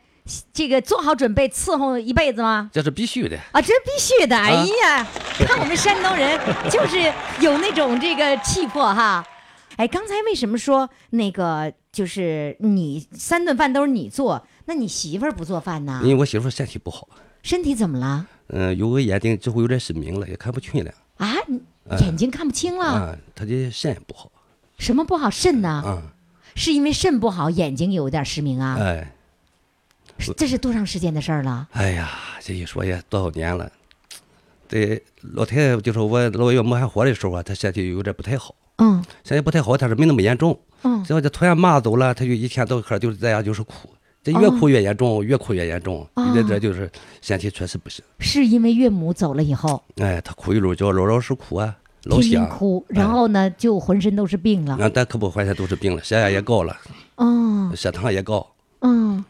S2: 这个做好准备伺候一辈子吗？
S7: 这是必须的。
S2: 啊，这必须的！哎呀，看我们山东人就是有那种这个气魄哈。哎，刚才为什么说那个就是你三顿饭都是你做，那你媳妇儿不做饭呢
S7: 因？为我媳妇身体不好，
S2: 身体怎么了？
S7: 嗯，有个眼睛之后有点失明了，也看不清了
S2: 啊，
S8: 嗯
S2: 你眼睛看不清了，
S7: 啊，她的肾也不好
S2: 什么不好？肾呢？
S7: 啊，
S2: 是因为肾不好，眼睛有点失明啊？
S7: 哎，
S2: 是这是多长时间的事儿了？
S7: 哎呀，这一说也多少年了。对，老太太就是我老岳母还活的时候啊，她身体有点不太好，
S2: 嗯
S7: 身体不太好，但是没那么严重。
S2: 嗯，
S7: 结果这突然骂走了，她就一天到黑就是在家就是哭，这越哭越严重，越哭越严重，
S2: 哦
S7: 这这就是身体确实不行。
S2: 是因为岳母走了以后，
S7: 哎，她哭一路叫老老实哭啊，老
S2: 天
S7: 想
S2: 天哭，然后呢就浑身都是病了。
S7: 啊，咱可不怀胎都是病了，血压也高了，
S2: 嗯。
S7: 血糖也高。
S2: 嗯，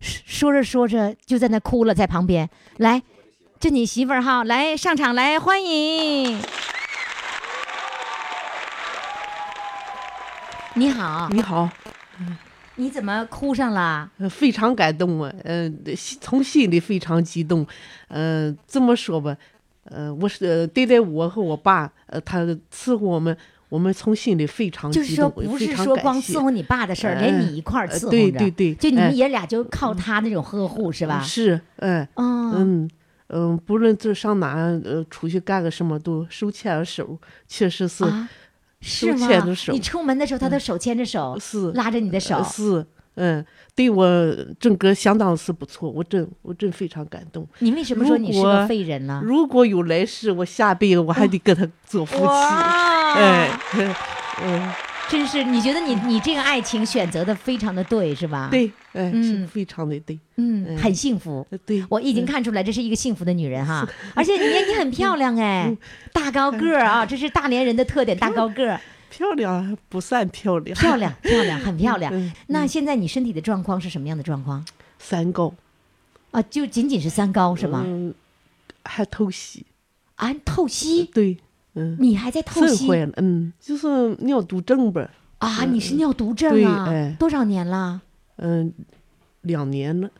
S2: 说说着说着就在那哭了，在旁边。来，这你媳妇儿哈，来上场来欢迎。你好，
S5: 你好，
S2: 你怎么哭上了？
S5: 呃非常感动啊，嗯、呃，心从心里非常激动，嗯、这么说吧，呃，我是呃对待我和我爸，呃，他伺候我们，我们从心里非常
S2: 就是
S5: 激
S2: 说，
S5: 动，
S2: 不
S5: 非
S2: 是
S5: 常
S2: 说
S5: 感
S2: 光
S5: 谢
S2: 伺候你爸的事儿，连你一块儿
S5: 呃
S2: 伺候着。
S5: 对对对，
S2: 就你
S5: 哎
S2: 们爷俩就靠他那种呵护是
S9: 哦
S2: 吧？
S5: 是，
S9: 哎
S5: 嗯
S2: 嗯，
S5: 嗯
S9: 呃
S5: 嗯，不论这上哪，呃，出去干个什么都手牵着手，确实是、
S2: 啊，是
S5: 手
S2: 吗
S5: 牵着？手嗯
S2: 你出门的时候，他的手牵着手，
S5: 是
S2: 拉着你的手
S5: 呃。是，嗯、
S9: 嗯，对我郑哥相当是不错，我真我真非常感动。
S2: 你为什么说你是
S9: 如
S2: 个
S9: 果
S2: 废人呢？
S9: 如果有来世，我下辈子我还得跟他做夫妻。
S2: 哇，
S9: 哎，嗯嗯，
S2: 真是，你觉得你你这个爱情选择的非常的对，是吧？，
S9: 对，哎，是
S2: 嗯
S9: 非常的对，
S2: 嗯，
S5: 哎
S9: 嗯
S2: 很幸福。
S9: 呃对。
S2: 我
S5: 嗯
S2: 已经看出来，这是一个幸福的女人哈，而且你你很漂 亮
S5: 嗯
S2: 哎，大高个儿啊，这是大连人的特点，大高个儿，
S9: 漂亮还不算漂亮，
S2: 漂亮漂亮，很漂亮。
S9: 嗯，
S2: 那现在你身体的状况是什么样的状况
S9: 三高
S2: 啊？就仅仅是三高是吗？
S9: 嗯，还透析，
S2: 啊，透析，
S9: 对，嗯，
S2: 你还在透
S9: 肾
S2: 析
S9: 坏了，嗯，就是尿毒症吧，
S2: 啊？你是尿毒症
S9: 嗯对
S2: 啊
S9: 哎？
S2: 多少年了？
S9: 嗯，两年了，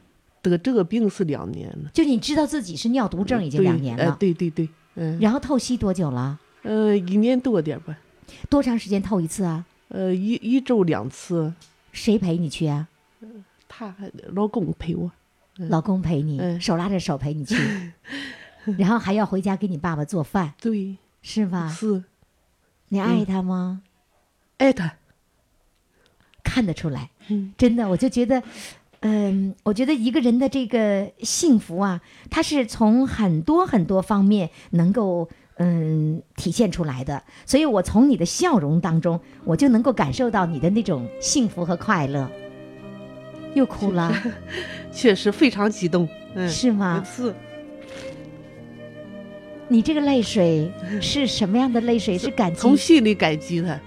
S9: 得这个病是两年了，
S2: 就你知道自己是尿毒症已经
S9: 对
S2: 两年
S9: 哎
S2: 了，
S9: 对对对，嗯，
S2: 然后透析多久了？
S9: 呃，一年多点吧，
S2: 多长时间透一次啊？
S9: 呃，一一周两次，
S2: 谁陪你去啊？
S9: 他老公陪我，
S2: 老公陪你，
S9: 嗯
S2: 手拉着手陪你 去，然后还要回家给你爸爸做饭，
S9: 对，
S2: 是吧？
S9: 是嗯
S2: 你爱他吗？
S9: 爱他，
S2: 看得出来，
S9: 嗯
S2: 真的，我就觉得，嗯、我觉得一个人的这个幸福啊，它是从很多很多方面能够。嗯，体现出来的，所以我从你的笑容当中，我就能够感受到你的那种幸福和快乐。又哭了，
S9: 确 实非常激动，嗯，
S2: 是吗？
S9: 是
S2: 你这个泪水是什么样的泪水？是感激
S9: 从心里感激他，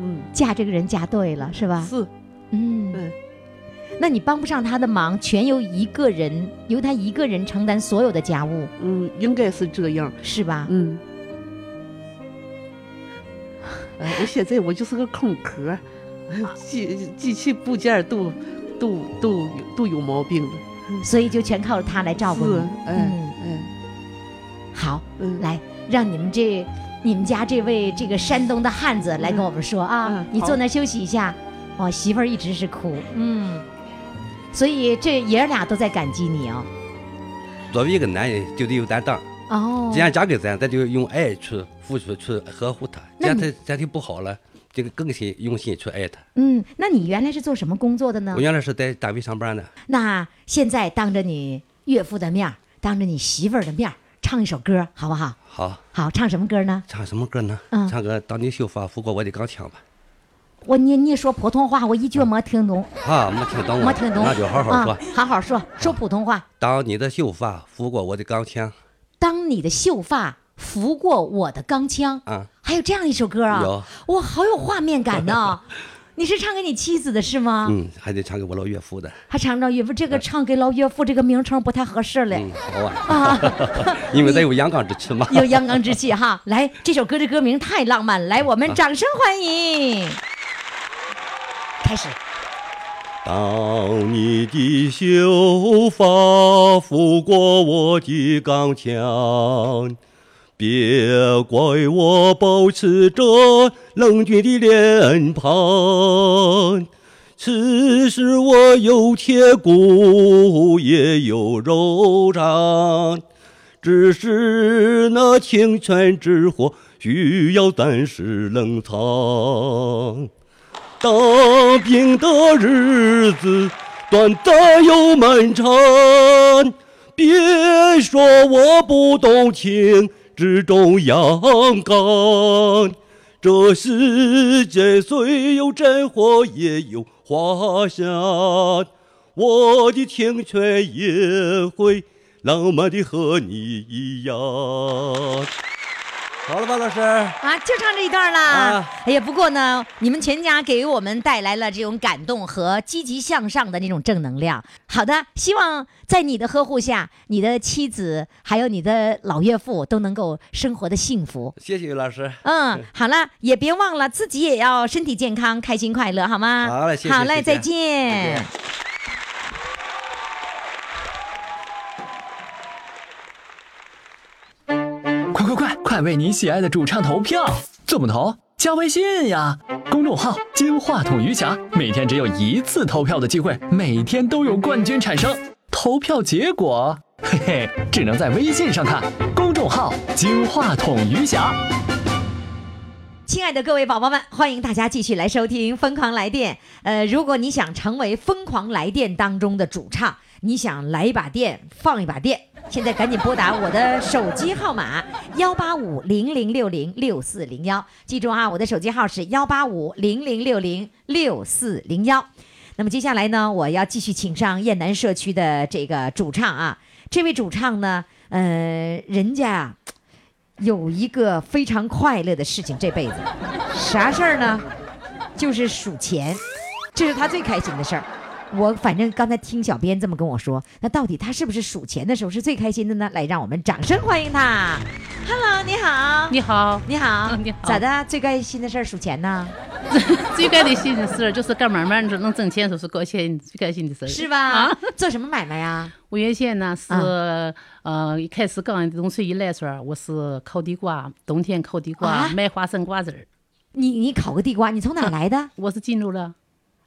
S9: 嗯，
S2: 嫁这个人嫁对了，是吧？
S9: 是，
S2: 嗯
S9: 嗯，
S2: 那你帮不上他的忙，全由一个人，由他一个人承担所有的家务，
S9: 嗯，应该是这样，
S2: 是吧？
S9: 嗯。哎，我现在我就是个空壳儿，哎机机器部件儿都都都有都有毛病了。
S2: 所以就全靠着他来照顾
S9: 嗯是
S2: 你。
S9: 哎
S2: 嗯，
S9: 哎
S2: 好，
S9: 嗯，
S2: 来让你们这你们家这位这个山东的汉子来跟我们说啊
S9: 嗯，
S2: 你坐那儿休息一下。我媳妇儿一直是哭，嗯，所以这爷儿俩都在感激你哦。
S10: 作为一个男人，就得有担当。
S2: 哦
S10: 既，然嫁给咱，咱就用爱去付出、去呵护他。既
S2: 那
S10: 然
S2: 你
S10: 他家庭不好了，就更心用心去爱他。
S2: 嗯，那你原来是做什么工作的呢
S10: 我？原来是在单位上班呢，
S2: 那现在当着你岳父的面儿，当着你媳妇儿的面儿，唱一首歌好不好？
S10: 好
S2: 好，唱什么歌呢？
S10: 唱什么歌呢？
S2: 嗯
S10: 唱个《当你秀发拂过我的钢枪》吧。
S2: 我你你说普通话，我一句没听懂，
S10: 啊，没听懂啊，
S2: 没听懂。
S10: 那就好好说。
S2: 啊，好好说，说普通话。
S10: 当你的秀发拂过我的钢枪
S2: 当你的秀发拂过我的钢枪，
S10: 啊，
S2: 还有这样一首歌啊
S10: 有，
S2: 哇，好有画面感呢。 你是唱给你妻子的是吗？
S10: 嗯，还得唱给我老岳父的。
S2: 还唱到岳父这个唱给老岳父这个名称不太合适嘞。
S10: 嗯，好啊，
S2: 啊，
S10: 因为咱有阳刚之气嘛。
S2: 有阳刚之气哈！来，这首歌的歌名太浪漫了，来，我们掌声欢迎。开始，
S10: 当你的秀发拂过我的钢枪，别怪我保持着冷峻的脸庞。此时我有铁骨，也有柔肠，只是那青春之火需要暂时冷藏。当兵的日子短暂又漫长，别说我不懂情之中阳刚。这世界虽有真火，也有花香。我的青春也会浪漫的和你一样。好了吧，老师？
S2: 啊，就唱这一段啦。
S10: 啊
S2: 哎呀，不过呢，你们全家给我们带来了这种感动和积极向上的那种正能量。好的，希望在你的呵护下，你的妻子还有你的老岳父都能够生活的幸福。
S10: 谢谢于老师。
S2: 嗯，好了，也别忘了自己也要身体健康、开心快乐，好吗？
S10: 好嘞谢谢
S2: 好嘞，
S10: 谢谢
S2: 再见。
S4: 快快快，快为你喜爱的主唱投票！怎么投？加微信呀，公众号“金话筒余霞”，每天只有一次投票的机会，每天都有冠军产生。投票结果，嘿嘿，只能在微信上看。公众号“金话筒余霞”。
S2: 亲爱的各位宝宝们，欢迎大家继续来收听《疯狂来电》。呃，如果你想成为《疯狂来电》当中的主唱，你想来一把电，放一把电，现在赶紧拨打我的手机号码幺八五零零六零六四零幺，记住啊，我的手机号是幺八五零零六零六四零幺。那么接下来呢，我要继续请上雁南社区的这个主唱啊，这位主唱呢，呃，人家啊有一个非常快乐的事情，这辈子啥事儿呢？就是数钱，这是他最开心的事儿。我反正刚才听小编这么跟我说，那到底他是不是数钱的时候是最开心的呢？来，让我们掌声欢迎他。Hello，你好，
S11: 你好，
S2: 你好，
S11: 嗯你好
S2: 咋的？最开心的事儿数钱呢？
S11: 最开心的事儿就是干买卖儿能挣钱，就是高兴最开心的事儿。
S2: 是吧？
S11: 啊，
S2: 做什么买卖啊嗯呀？
S11: 我原先呢是、呃，一开始刚农村一来时候，我是烤地瓜，冬天烤地瓜，
S2: 啊
S11: 卖花生瓜子儿。
S2: 你你烤个地瓜，你从哪儿来的？
S11: 我是进入了，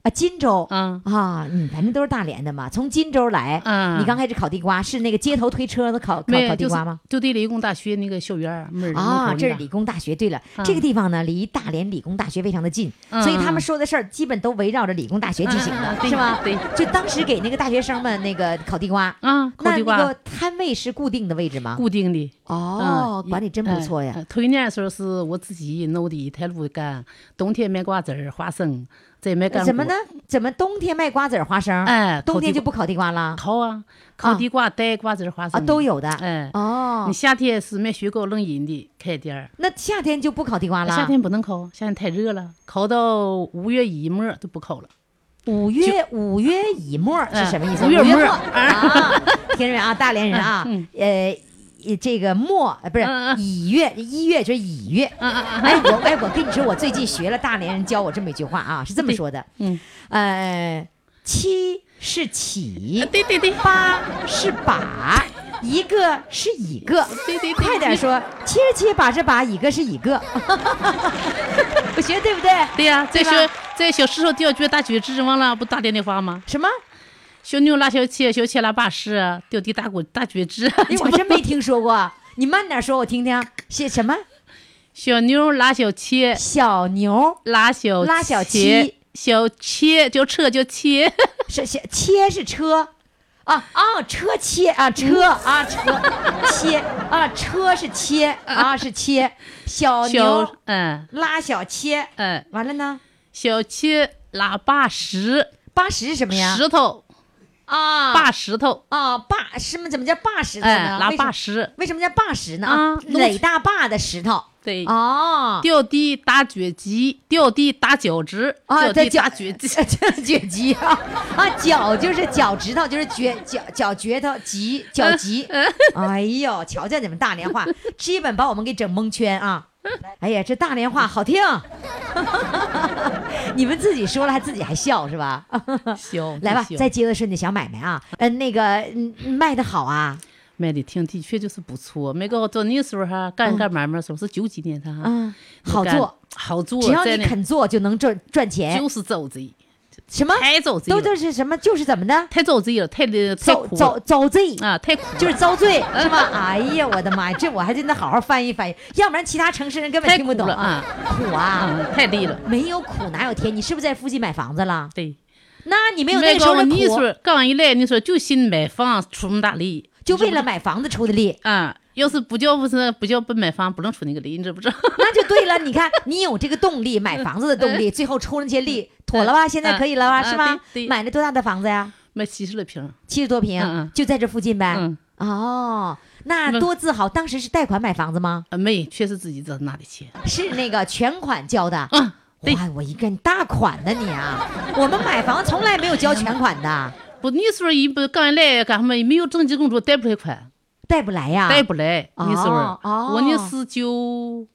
S2: 啊，荆州。
S11: 嗯
S2: 啊，嗯，反正都是大连的嘛，从荆州来。
S11: 嗯
S2: 你刚开始烤地瓜是那个街头推车子烤烤
S11: 没有
S2: 烤地
S11: 就是
S2: 瓜吗？
S11: 就对理工大学那个校园儿门儿门口
S2: 啊，
S11: 那
S2: 这是
S11: 个
S2: 理工大学。对了，这个地方呢离大连理工大学非常的近，
S11: 嗯
S2: 所以他们说的事儿基本都围绕着理工大学进行
S11: 嗯嗯
S2: 的，
S11: 嗯对
S2: 是吧？
S11: 对
S2: 就当时给那个大学生们那个烤地瓜，
S11: 啊，烤
S2: 那
S11: 地
S2: 那
S11: 瓜
S2: 个摊位是固定的位置吗？
S11: 固定的。
S2: 哦，
S11: 嗯
S2: 管理真不错呀。
S11: 哎哎头一年的时候是我自己弄的一台路干，冬天卖瓜子儿、花生，再卖干
S2: 怎么
S11: 果
S2: 呢？？怎么冬天卖瓜子儿、花生？
S11: 哎
S2: 冬天
S11: 烤地瓜
S2: 就不烤地瓜了
S11: 烤啊，烤地瓜、带瓜子儿、花
S2: 啊？
S11: 生
S2: 都。有的。
S11: 哎，
S2: 哦
S11: 你，夏天是卖雪糕、冷饮的开店儿，
S2: 那夏天就不烤地瓜了。
S11: 夏天不能烤，夏天太热了，烤到五月一末就不烤了。
S2: 五月五月乙末是什么意思？
S11: 嗯五月末
S2: 啊， 听着没有啊？大连人啊，呃。这个末呃不是
S11: 嗯嗯嗯嗯
S2: 乙月，一月就是乙月。哎，我哎，我跟你说，我最近学了大连人教我这么一句话啊，是这么说的。
S11: 嗯，呃
S2: 呃，七是起，
S11: 对对对，
S2: 八是把，一个是乙个。
S11: 对对对
S2: 快点说，七十七把是把，乙个是乙个。 我学得对不对？
S11: 对呀、在
S2: 对吧
S11: 小在小时候吊脚打脚趾，忘了不大连的话吗？
S2: 什么？
S11: 小牛拉小切，小切拉巴士，吊地打滚打脚趾。
S2: 哎，我真没听说过。你慢点说，我听听。写什么？
S11: 小牛拉小切，
S2: 小牛
S11: 拉小
S2: 拉小
S11: 切
S2: 七，
S11: 小切就车就切，
S2: 是写切是车，啊啊车切啊车
S11: 嗯
S2: 啊车切啊车是切啊是切，小
S11: 嗯小
S2: 牛
S11: 嗯
S2: 拉小切，
S11: 嗯，
S2: 完了呢？
S11: 小切拉把石，
S2: 八十是什么呀？
S11: 石头
S2: 啊
S11: 把石头，
S2: 啊霸什么？怎么叫霸石头
S11: 哎，
S2: 呢？
S11: 拉
S2: 为什
S11: 把石，
S2: 为什么叫霸石呢？
S11: 啊弄
S2: 垒大坝的石头。
S11: 对，
S2: 哦，
S11: 吊地打脚趾，吊地打脚趾，
S2: 啊
S11: 吊地
S2: 在
S11: 打脚 趾，
S2: 这脚趾啊啊，脚就是脚趾头，就是脚脚脚趾头急脚
S11: 嗯
S2: 急。哎呦，瞧瞧你们大连话，基本把我们给整蒙圈啊！哎呀，这大连话好听， 你们自己说了还自己还笑是吧？
S11: 小
S2: 来吧
S11: 小，
S2: 再接着说你的小买卖啊，嗯，那个嗯卖的好啊，
S11: 卖的挺的确就是不错。没告到那时候哈，干干买卖的时候是九几年的哈，
S2: 嗯，好
S11: 干
S2: 做，，
S11: 好做，
S2: 只要
S11: 在
S2: 你
S11: 那
S2: 肯做就能赚赚钱
S11: 就，是走贼，
S2: 什么
S11: 太走贼
S2: 都
S11: 了，
S2: 都是什么就是怎么的，
S11: 太走贼了，太太
S2: 遭
S11: 苦
S2: 遭
S11: 了
S2: 遭罪
S11: 啊，太苦了，
S2: 就是遭 罪是吧？哎呀，我的妈呀，这我还真得好好翻译翻译，要不然其他城市人根本
S11: 太
S2: 听
S11: 苦
S2: 不懂
S11: 了。啊
S2: 苦啊，
S11: 啊，太累了。
S2: 没有苦哪有甜？你是不是在附近买房子了？
S11: 对，
S2: 那你没有那
S11: 没
S2: 个时候
S11: 告
S2: 的
S11: 你
S2: 苦，
S11: 说刚一来，你说就心买房出那么大力，
S2: 就为了买房子出的力，
S11: 啊，要是不叫不是不叫不买房，不能出那个力，你知不知道？
S2: 那就对了。你看，你有这个动力，买房子的动 力，最后出那些力，妥了吧？现在可以了吧？
S11: 嗯
S2: 是吧
S11: 对？对
S2: 买了多大的房子呀？
S11: 卖七十来平，
S2: 七十多
S11: 嗯
S2: 平
S11: 嗯，
S2: 就在这附近呗。
S11: 嗯，
S2: 哦，那
S11: 那
S2: 多自豪！当时是贷款买房子吗？
S11: 啊，没，确实自己挣拿的钱，
S2: 是那个全款交的。
S11: 嗯，对
S2: 哇，我一个你大款呢你啊！我们买房从来没有交全款的，
S11: 不，你说一不刚一来干什么？没有正经工作，贷不来款，
S2: 贷不来呀。
S11: 贷不来。
S2: 哦
S11: 你说，
S2: 哦
S11: 我那是九，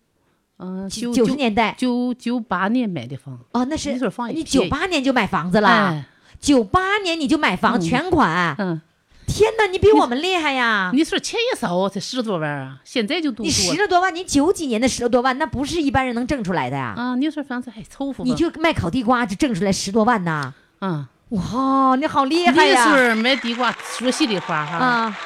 S11: 嗯，
S2: 九九
S11: 九
S2: 十年代
S11: 九九八年买的房，
S2: 哦，那是
S11: 那时候放一
S2: 你
S11: 批
S2: 九八年就买房子了，
S11: 哎，
S2: 九八年你就买房全款，
S11: 嗯，
S2: 天哪，你比我们厉害呀！
S11: 你说钱也少，才十多万啊，现在就多
S2: 你
S11: 多
S2: 十
S11: 了
S2: 了多万，你九几年的十了多万，那不是一般人能挣出来的呀！
S11: 啊。你说房子还凑合吧，
S2: 你就卖烤地瓜就挣出来十多万呐！
S11: 啊，
S2: 哇，你好厉
S11: 那
S2: 害
S11: 时
S2: 呀！
S11: 候买地瓜，说心里话哈，
S2: 啊，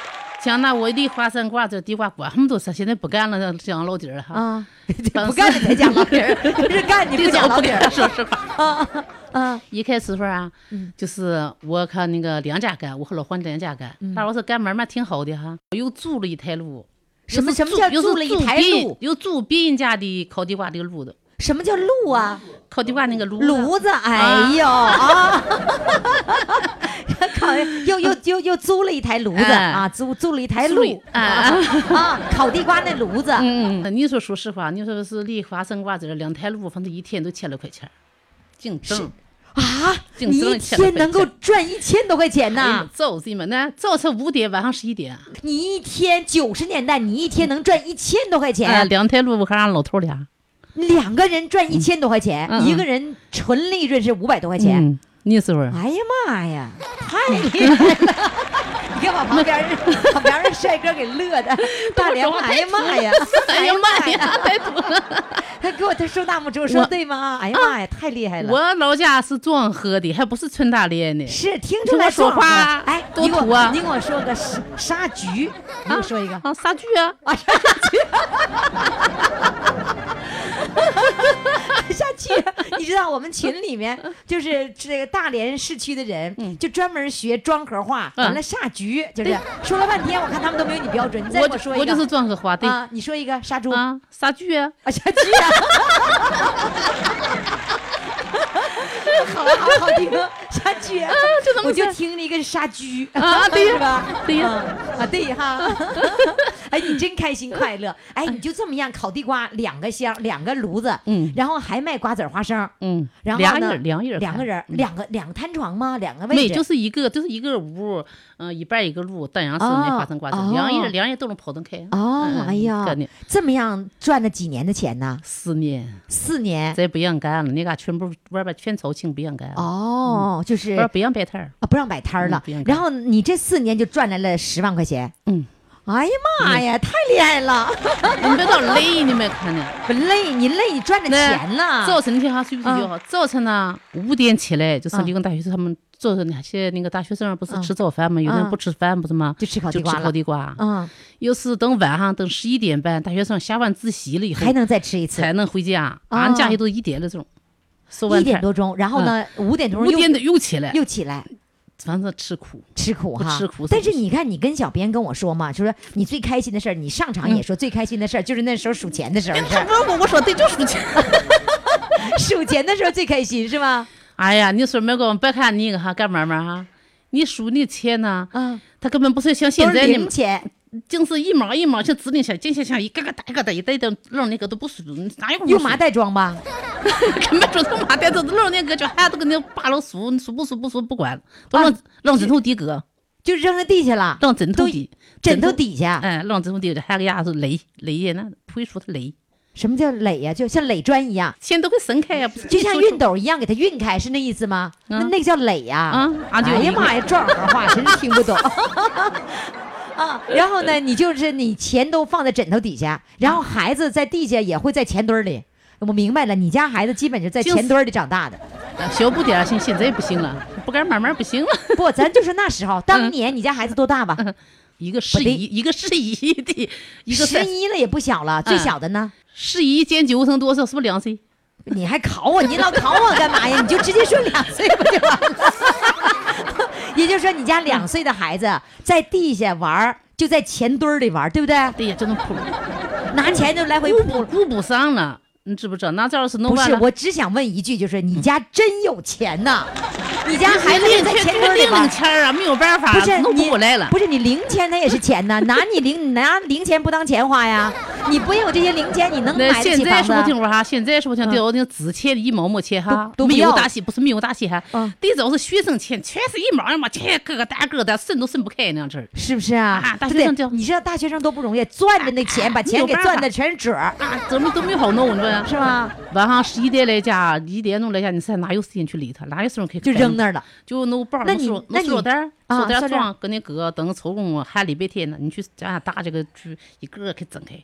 S11: 想拿我一粒花生瓜子、地瓜果，他们都说现在不干了，讲老底儿了哈。
S2: 啊， 不干了才讲老底 儿，是干你不讲老底儿。
S11: 说 实话。
S2: 啊啊
S11: 一开始份儿啊，
S2: 嗯
S11: 就是我看那个两家干，我和老黄两家干，
S2: 嗯
S11: 那我是干买卖挺好的哈，又租了一台路。
S2: 什么
S11: 又是
S2: 什么叫
S11: 又是
S2: 租了一台
S11: 别人
S2: 路
S11: 又租别人家的烤地瓜这个炉子，
S2: 什么叫路啊？
S11: 烤地瓜那个炉子
S2: 炉子，哎呦啊！烤 又又又又租了一台炉子
S11: 哎
S2: 啊，租租了一台
S11: 租了一
S2: 路啊啊，烤地瓜那炉子，
S11: 嗯，嗯，你说说实话，你说是离花生瓜子儿两台路，反正一天都千来块钱儿，净挣
S2: 啊，
S11: 净
S2: 你
S11: 挣
S2: 一
S11: 了千来
S2: 天
S11: 块钱哎
S2: 能够 赚一千多块钱呐！
S11: 早是嘛，那早晨五点，晚上十一点，啊
S2: 你一天九十年代，你一天能赚一千多块
S11: 哎，
S2: 钱，
S11: 两台路我还让老头儿俩，
S2: 两个人赚一千多块钱，
S11: 嗯嗯
S2: 一个人纯利润是五百多块钱。
S11: 嗯，你是不是？
S2: 哎呀妈呀，太厉害了！ 你看把旁边儿 旁边儿的帅哥给乐 的，大连话，哎呀妈呀，
S11: 哎呀妈呀，太土了！
S2: 他 给我他竖大拇指，我说
S11: 我
S2: 对吗？哎呀妈呀，太厉害了！
S11: 我老家是庄河的，还不是纯大连的。
S2: 是听出来
S11: 听我说
S2: 壮
S11: 话
S2: 了
S11: 啊
S2: 哎，
S11: 多
S2: 你给
S11: 土
S2: 我
S11: 啊
S2: 你给我说个杀杀局，你给我说一个
S11: 啊，啥剧啊？
S2: 下去， 你知道我们群里面就是这个大连市区的人，就专门学庄河话，
S11: 嗯
S2: 完了下局，就是说了半天，我看他们都没有你标准，你再
S11: 我
S2: 给
S11: 就
S2: 说一个，
S11: 我就是庄河话，对
S2: 啊，你说一个杀猪啊，
S11: 啊，啥剧啊？
S2: 下去啊， 好好好听，杀剧啊，
S11: 就这么
S2: 我就
S11: 说
S2: 听了一个是杀居
S11: 啊对 呀
S2: 是吧？
S11: 对呀
S2: 嗯啊对 哈，哎，你真开心快乐，哎，你就这么样烤地瓜两个箱两个炉子，
S11: 嗯
S2: 然后还卖瓜子儿花生，
S11: 嗯，
S2: 然后
S11: 两
S2: 呢
S11: 人两人
S2: 两个
S11: 看
S2: 人儿，两个两个摊床吗？两个位
S11: 没，
S2: 置？
S11: 就是一个，就是一个屋，嗯、一半一个路，丹阳市那
S2: 哦
S11: 花生瓜子，
S2: 哦
S11: 两人两人都能跑得开。
S2: 哦
S11: 嗯
S2: 哎呀
S11: 干的
S2: 这么样赚了几年的钱呢？
S11: 四年，
S2: 四年
S11: 再不让干了，你俩全部外边全朝庆不让干了，
S2: 哦，就是
S11: 嗯不让不让摆摊儿。
S2: 啊不让摆摊儿了
S11: 嗯不让。摆
S2: 然后你这四年就赚来了十万块钱。
S11: 嗯，
S2: 哎呀妈呀，太厉害了！
S11: 你们别到累，你们看呢。
S2: 不累，你累，你 赚着
S11: 那
S2: 钱了。
S11: 早晨你听哈睡不睡觉？早晨呢五点起来，就是
S2: 嗯
S11: 理工大学生他们早晨那些那个大学生不是
S2: 嗯
S11: 吃早饭吗？有
S2: 嗯
S11: 的人不吃饭不是吗？
S2: 就吃烤地
S11: 就
S2: 瓜
S11: 吃烤
S2: 了。
S11: 地瓜。
S2: 嗯，
S11: 有时等晚上等十一点半，大学生下完自习了以后
S2: 还能再吃一次，
S11: 才能回家。
S2: 哦
S11: 俺家里都一点了钟，收完
S2: 一点
S11: 摊
S2: 多钟，然后呢，五点钟
S11: 嗯五
S2: 又
S11: 点得又起来，
S2: 又起来，
S11: 反正吃苦。
S2: 吃苦哈，
S11: 不吃苦
S2: 但是
S11: 是不
S2: 你看，你跟小编跟我说嘛，就说你最开心的事儿，你上
S11: 嗯
S2: 场也说最开心的事儿、就是那时候数钱的
S11: 哎
S2: 时候的事儿，
S11: 我我说对，就数钱。
S2: 数钱的时候最开心是吧？
S11: 哎呀，你说没光别看你哈干嘛嘛哈，你数那钱呢，
S2: 啊，
S11: 他根本不是像
S2: 都
S11: 现
S2: 是
S11: 在你
S2: 零
S11: 们，
S2: 钱，
S11: 净是一毛一毛像指令像，就像像一个个大一个大一袋的扔那个都不数，哪有
S2: 用麻袋装吧？
S11: 根本说他麻袋都扔那个叫孩子跟那扒拉数，你数不数不数不管，都扔扔枕头底搁，
S2: 啊就扔在地下了，
S11: 扔枕头底，
S2: 枕头，底下。
S11: 哎，扔枕头底，还有个伢是垒垒呀，那不会数他垒，
S2: 什么叫垒呀、就像垒砖一样，嗯
S11: 钱都会伸开呀，不是
S2: 就像
S11: 你说
S2: 熨斗一样，给它熨开，是那意思吗？那
S11: 嗯
S2: 那个叫垒呀、
S11: 啊啊就
S2: 哎呀
S11: 有一个
S2: 妈呀，壮行话真是听不懂。 啊，然后呢，你就是你钱都放在枕头底下，然后孩子在地下也会在钱堆儿里。我明白了，你家孩子基本就在
S11: 就是
S2: 钱堆儿里长大的。
S11: 啊小不点儿，现现在不 行了，不敢慢慢不行了。嗯
S2: 不，咱就说那时候，当年你家孩子多大吧？
S11: 一个十
S2: 对
S11: 一，一个十一 的，一
S2: 十
S11: 个三嗯
S2: 一了也不小了，最小的呢？
S11: 十一减九成多少？是不是两岁？
S2: 你还考我？你老考我干嘛 呀？你就直接说两岁不就完了？也就是说，你家两岁的孩子在地下玩儿，就在钱堆儿里玩儿，对不对？
S11: 对呀，这能扑了，
S2: 拿钱就来回扑
S11: 顾不上了，你知不知道？那这要是弄
S2: 不
S11: 完
S2: 是，
S11: 了，
S2: 我只想问一句，就是你家真有钱呐、你家孩子
S11: 零
S2: 也在
S11: 钱
S2: 钱
S11: 这
S2: 堆
S11: 个
S2: 儿里
S11: 零
S2: 玩
S11: 零
S2: 儿。
S11: 钱儿啊，没有办法
S2: 不是，
S11: 弄
S2: 你
S11: 不过来了。
S2: 不是你零钱，它也是钱 呐，拿你零拿零钱不当钱花呀？你不有这些零钱，你能
S11: 那
S2: 买得
S11: 现
S2: 起
S11: 在
S2: 房
S11: 说不
S2: 子嗯
S11: 听？话哈，现在说不听，对我那纸钱一毛没钱哈
S2: 都都，不
S11: 没
S2: 要
S11: 有
S2: 了
S11: 大戏，不是没有大戏哈
S2: 嗯，
S11: 最早是学生钱，全是一毛一毛钱，个个大个的，伸都伸不开那样子儿。
S2: 是不是啊？
S11: 啊大
S2: 对不对
S11: 学生就
S2: 你知道大学生多不容易，攥着那钱，把钱
S11: 有
S2: 给
S11: 办
S2: 攥
S11: 法
S2: 的全是褶儿，
S11: 啊，怎么都没好弄，你说
S2: 是吗？
S11: 晚上十一点来家，一点钟来家，你现在哪有时间去理他？哪有时间可以
S2: 就扔那
S11: 儿？
S2: 儿了。
S11: 就弄包儿，
S2: 那
S11: 弄
S2: 你
S11: 塑
S2: 那
S11: 弄
S2: 你
S11: 塑料袋儿，
S2: 啊
S11: 塑料
S2: 塑料袋
S11: 袋儿
S2: 儿
S11: 装搁那个等抽工，还礼拜天呢，你去咱家搭这个去，一个个给整开，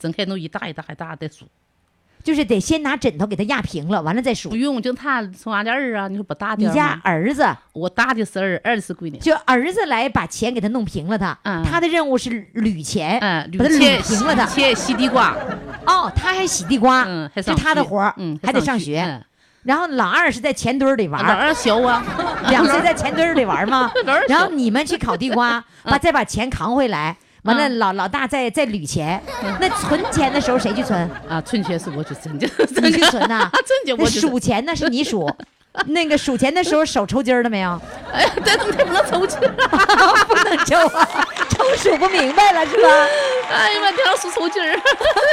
S11: 整开弄一大一大一大再数。
S2: 就是得先拿枕头给它压平了，完了再数。
S12: 不用，就他从俺家二啊，你说不大
S2: 你
S12: 点儿
S2: 家
S12: 吗
S2: 儿子，
S12: 我大的是二，二是闺女，嗯
S2: 就儿子来把钱给他弄平了他，他的任务是捋钱，把他捋平了他，
S12: 切西地瓜。嗯
S2: 哦，他还洗地瓜，是
S12: 还上
S2: 他的
S12: 学
S2: 活儿
S12: 嗯
S2: 还
S12: 还
S2: 得上
S12: 上学
S2: 学
S12: 嗯。
S2: 然后老二是在钱堆儿里玩，，
S12: 老二小啊
S2: 两岁在钱堆儿里玩嘛
S12: 老二。小嗯
S2: 然后你们去烤地瓜，把再把钱扛回来，完了老老大再再捋钱。那存钱的时候谁去存？
S12: 嗯啊，存钱是我去存，？
S2: 你去存呐
S12: 存钱我
S2: 那
S12: 去存
S2: 数钱那是你数。 那个数钱的时候手抽筋儿了没有？
S12: 哎，对，他不能抽筋，
S2: 不能抽啊，抽数不明白了是吧？
S12: 哎呀妈，天数抽筋儿。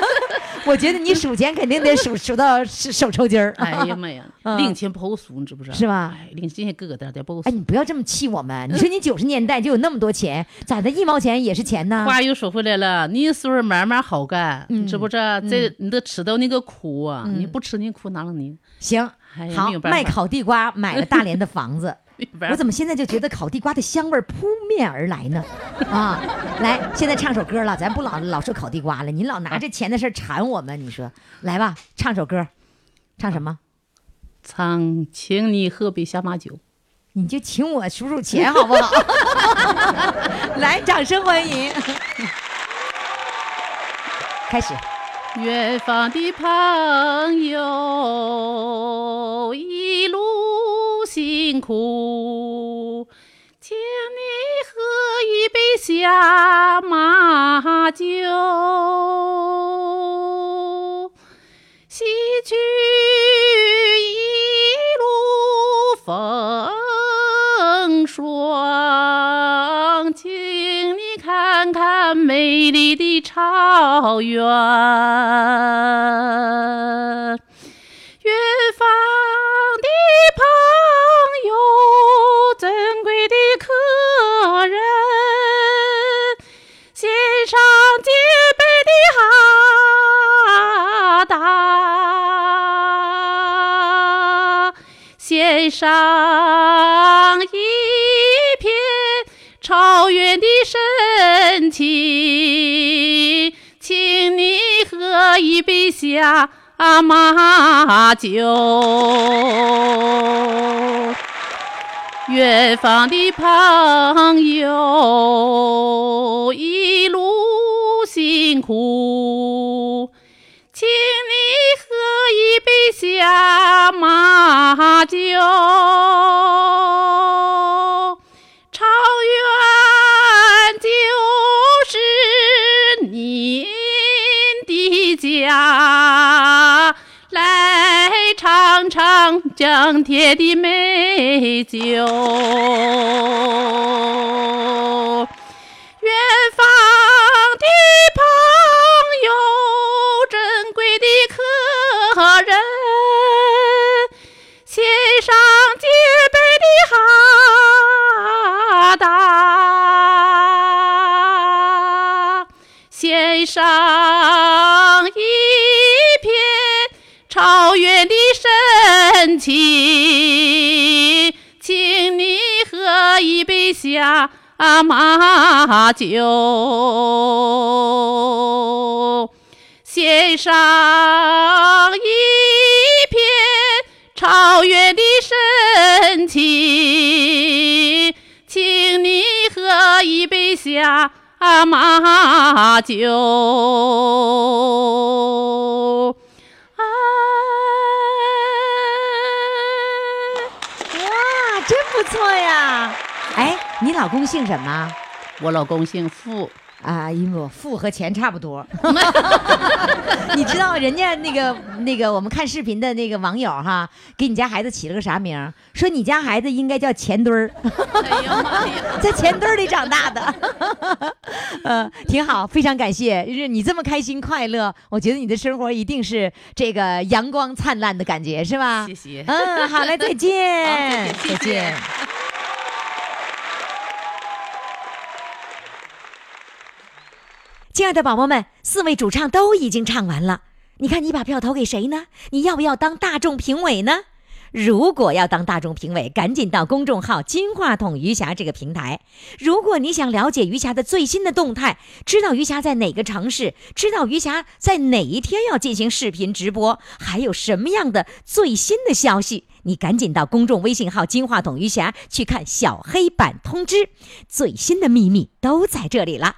S2: 我觉得你数钱肯定得数数到手手抽筋儿。
S12: 哎呀妈呀，
S2: 嗯
S12: 零钱不好数，你知不知道？
S2: 是吧
S12: 哎，零钱疙瘩的不好
S2: 哎，
S12: 数。
S2: 你不要这么气我们！你 说你九十年代就有那么多钱，咋的？一毛钱也是钱呢？
S12: 话又说回来了，你岁数慢慢好干，你知不知道？这你得吃到那个苦啊，你不吃那苦哪能呢？
S2: 行
S12: 哎，呀
S2: 好
S12: 没有，办法
S2: 卖烤地瓜买了大连的房 子。我怎么现在就觉得烤地瓜的香味儿扑面而来呢？啊，来，现在唱首歌了，咱不老老说烤地瓜了，你老拿这钱的事儿馋我们，你说来吧，唱首歌，唱什么？
S12: 唱，请你喝杯下马酒。
S2: 你就请我数数钱好不 好？ 来，掌声欢迎。 开始，
S12: 远方的朋友，一路辛苦，请你喝一杯下马酒，洗去一路风霜，请你看看美丽的草原，远方的朋友，珍贵的客人，献上洁白的哈达，献上一片超远的深情，请你喝一杯下马酒。远方的朋友，一路辛苦，请你喝一杯下马酒。超远就是您的家，来尝尝江天的美酒。远方的朋友，珍贵的客人，献上洁白的哈达，献上一片超远的深情，请你喝一杯下马酒。献上一片超越的深情，请你喝一杯下马酒。
S2: 哇，真不错呀！哎，你老公姓什么？
S12: 我老公姓傅，
S2: 啊，因为我富和钱差不多。 你知道人家那个那个我们看视频的那个网友哈，给你家孩子起了个啥名儿？说你家孩子应该叫钱堆儿，在钱堆儿里长大的。 呃，挺好，非常感谢，就是你这么开心快乐，我觉得你的生活一定是这个阳光灿烂的感觉，是吧？
S12: 谢谢
S2: 嗯，好嘞，再见，
S12: 好
S2: 再
S12: 再见谢谢
S2: 见。亲爱的宝宝们，四位主唱都已经唱完了，你看你把票投给谁呢？你要不要当大众评委呢？如果要当大众评委，赶紧到公众号“金话筒余霞”这个平台。如果你想了解余霞的最新的动态，知道余霞在哪个城市，知道余霞在哪一天要进行视频直播，还有什么样的最新的消息，你赶紧到公众微信号“金话筒余霞”去看小黑板通知，最新的秘密都在这里了。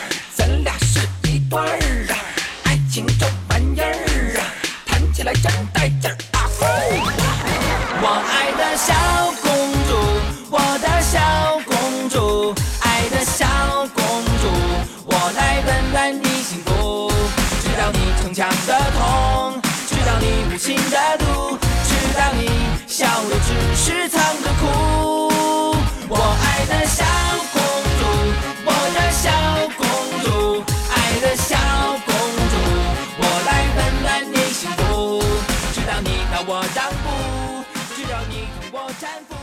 S1: 咱俩是一对儿啊，爱情这玩意儿啊，谈起来真带劲儿啊！我爱的小公主，我的小公主，爱的小公主，我来温暖你幸福。知道你逞强的痛，知道你无情的毒，知道你笑的只是藏着哭。我爱的小公主，我的小公主，爱的小公主，我来温暖你幸福。知道你让我让步，知道你同我搀扶。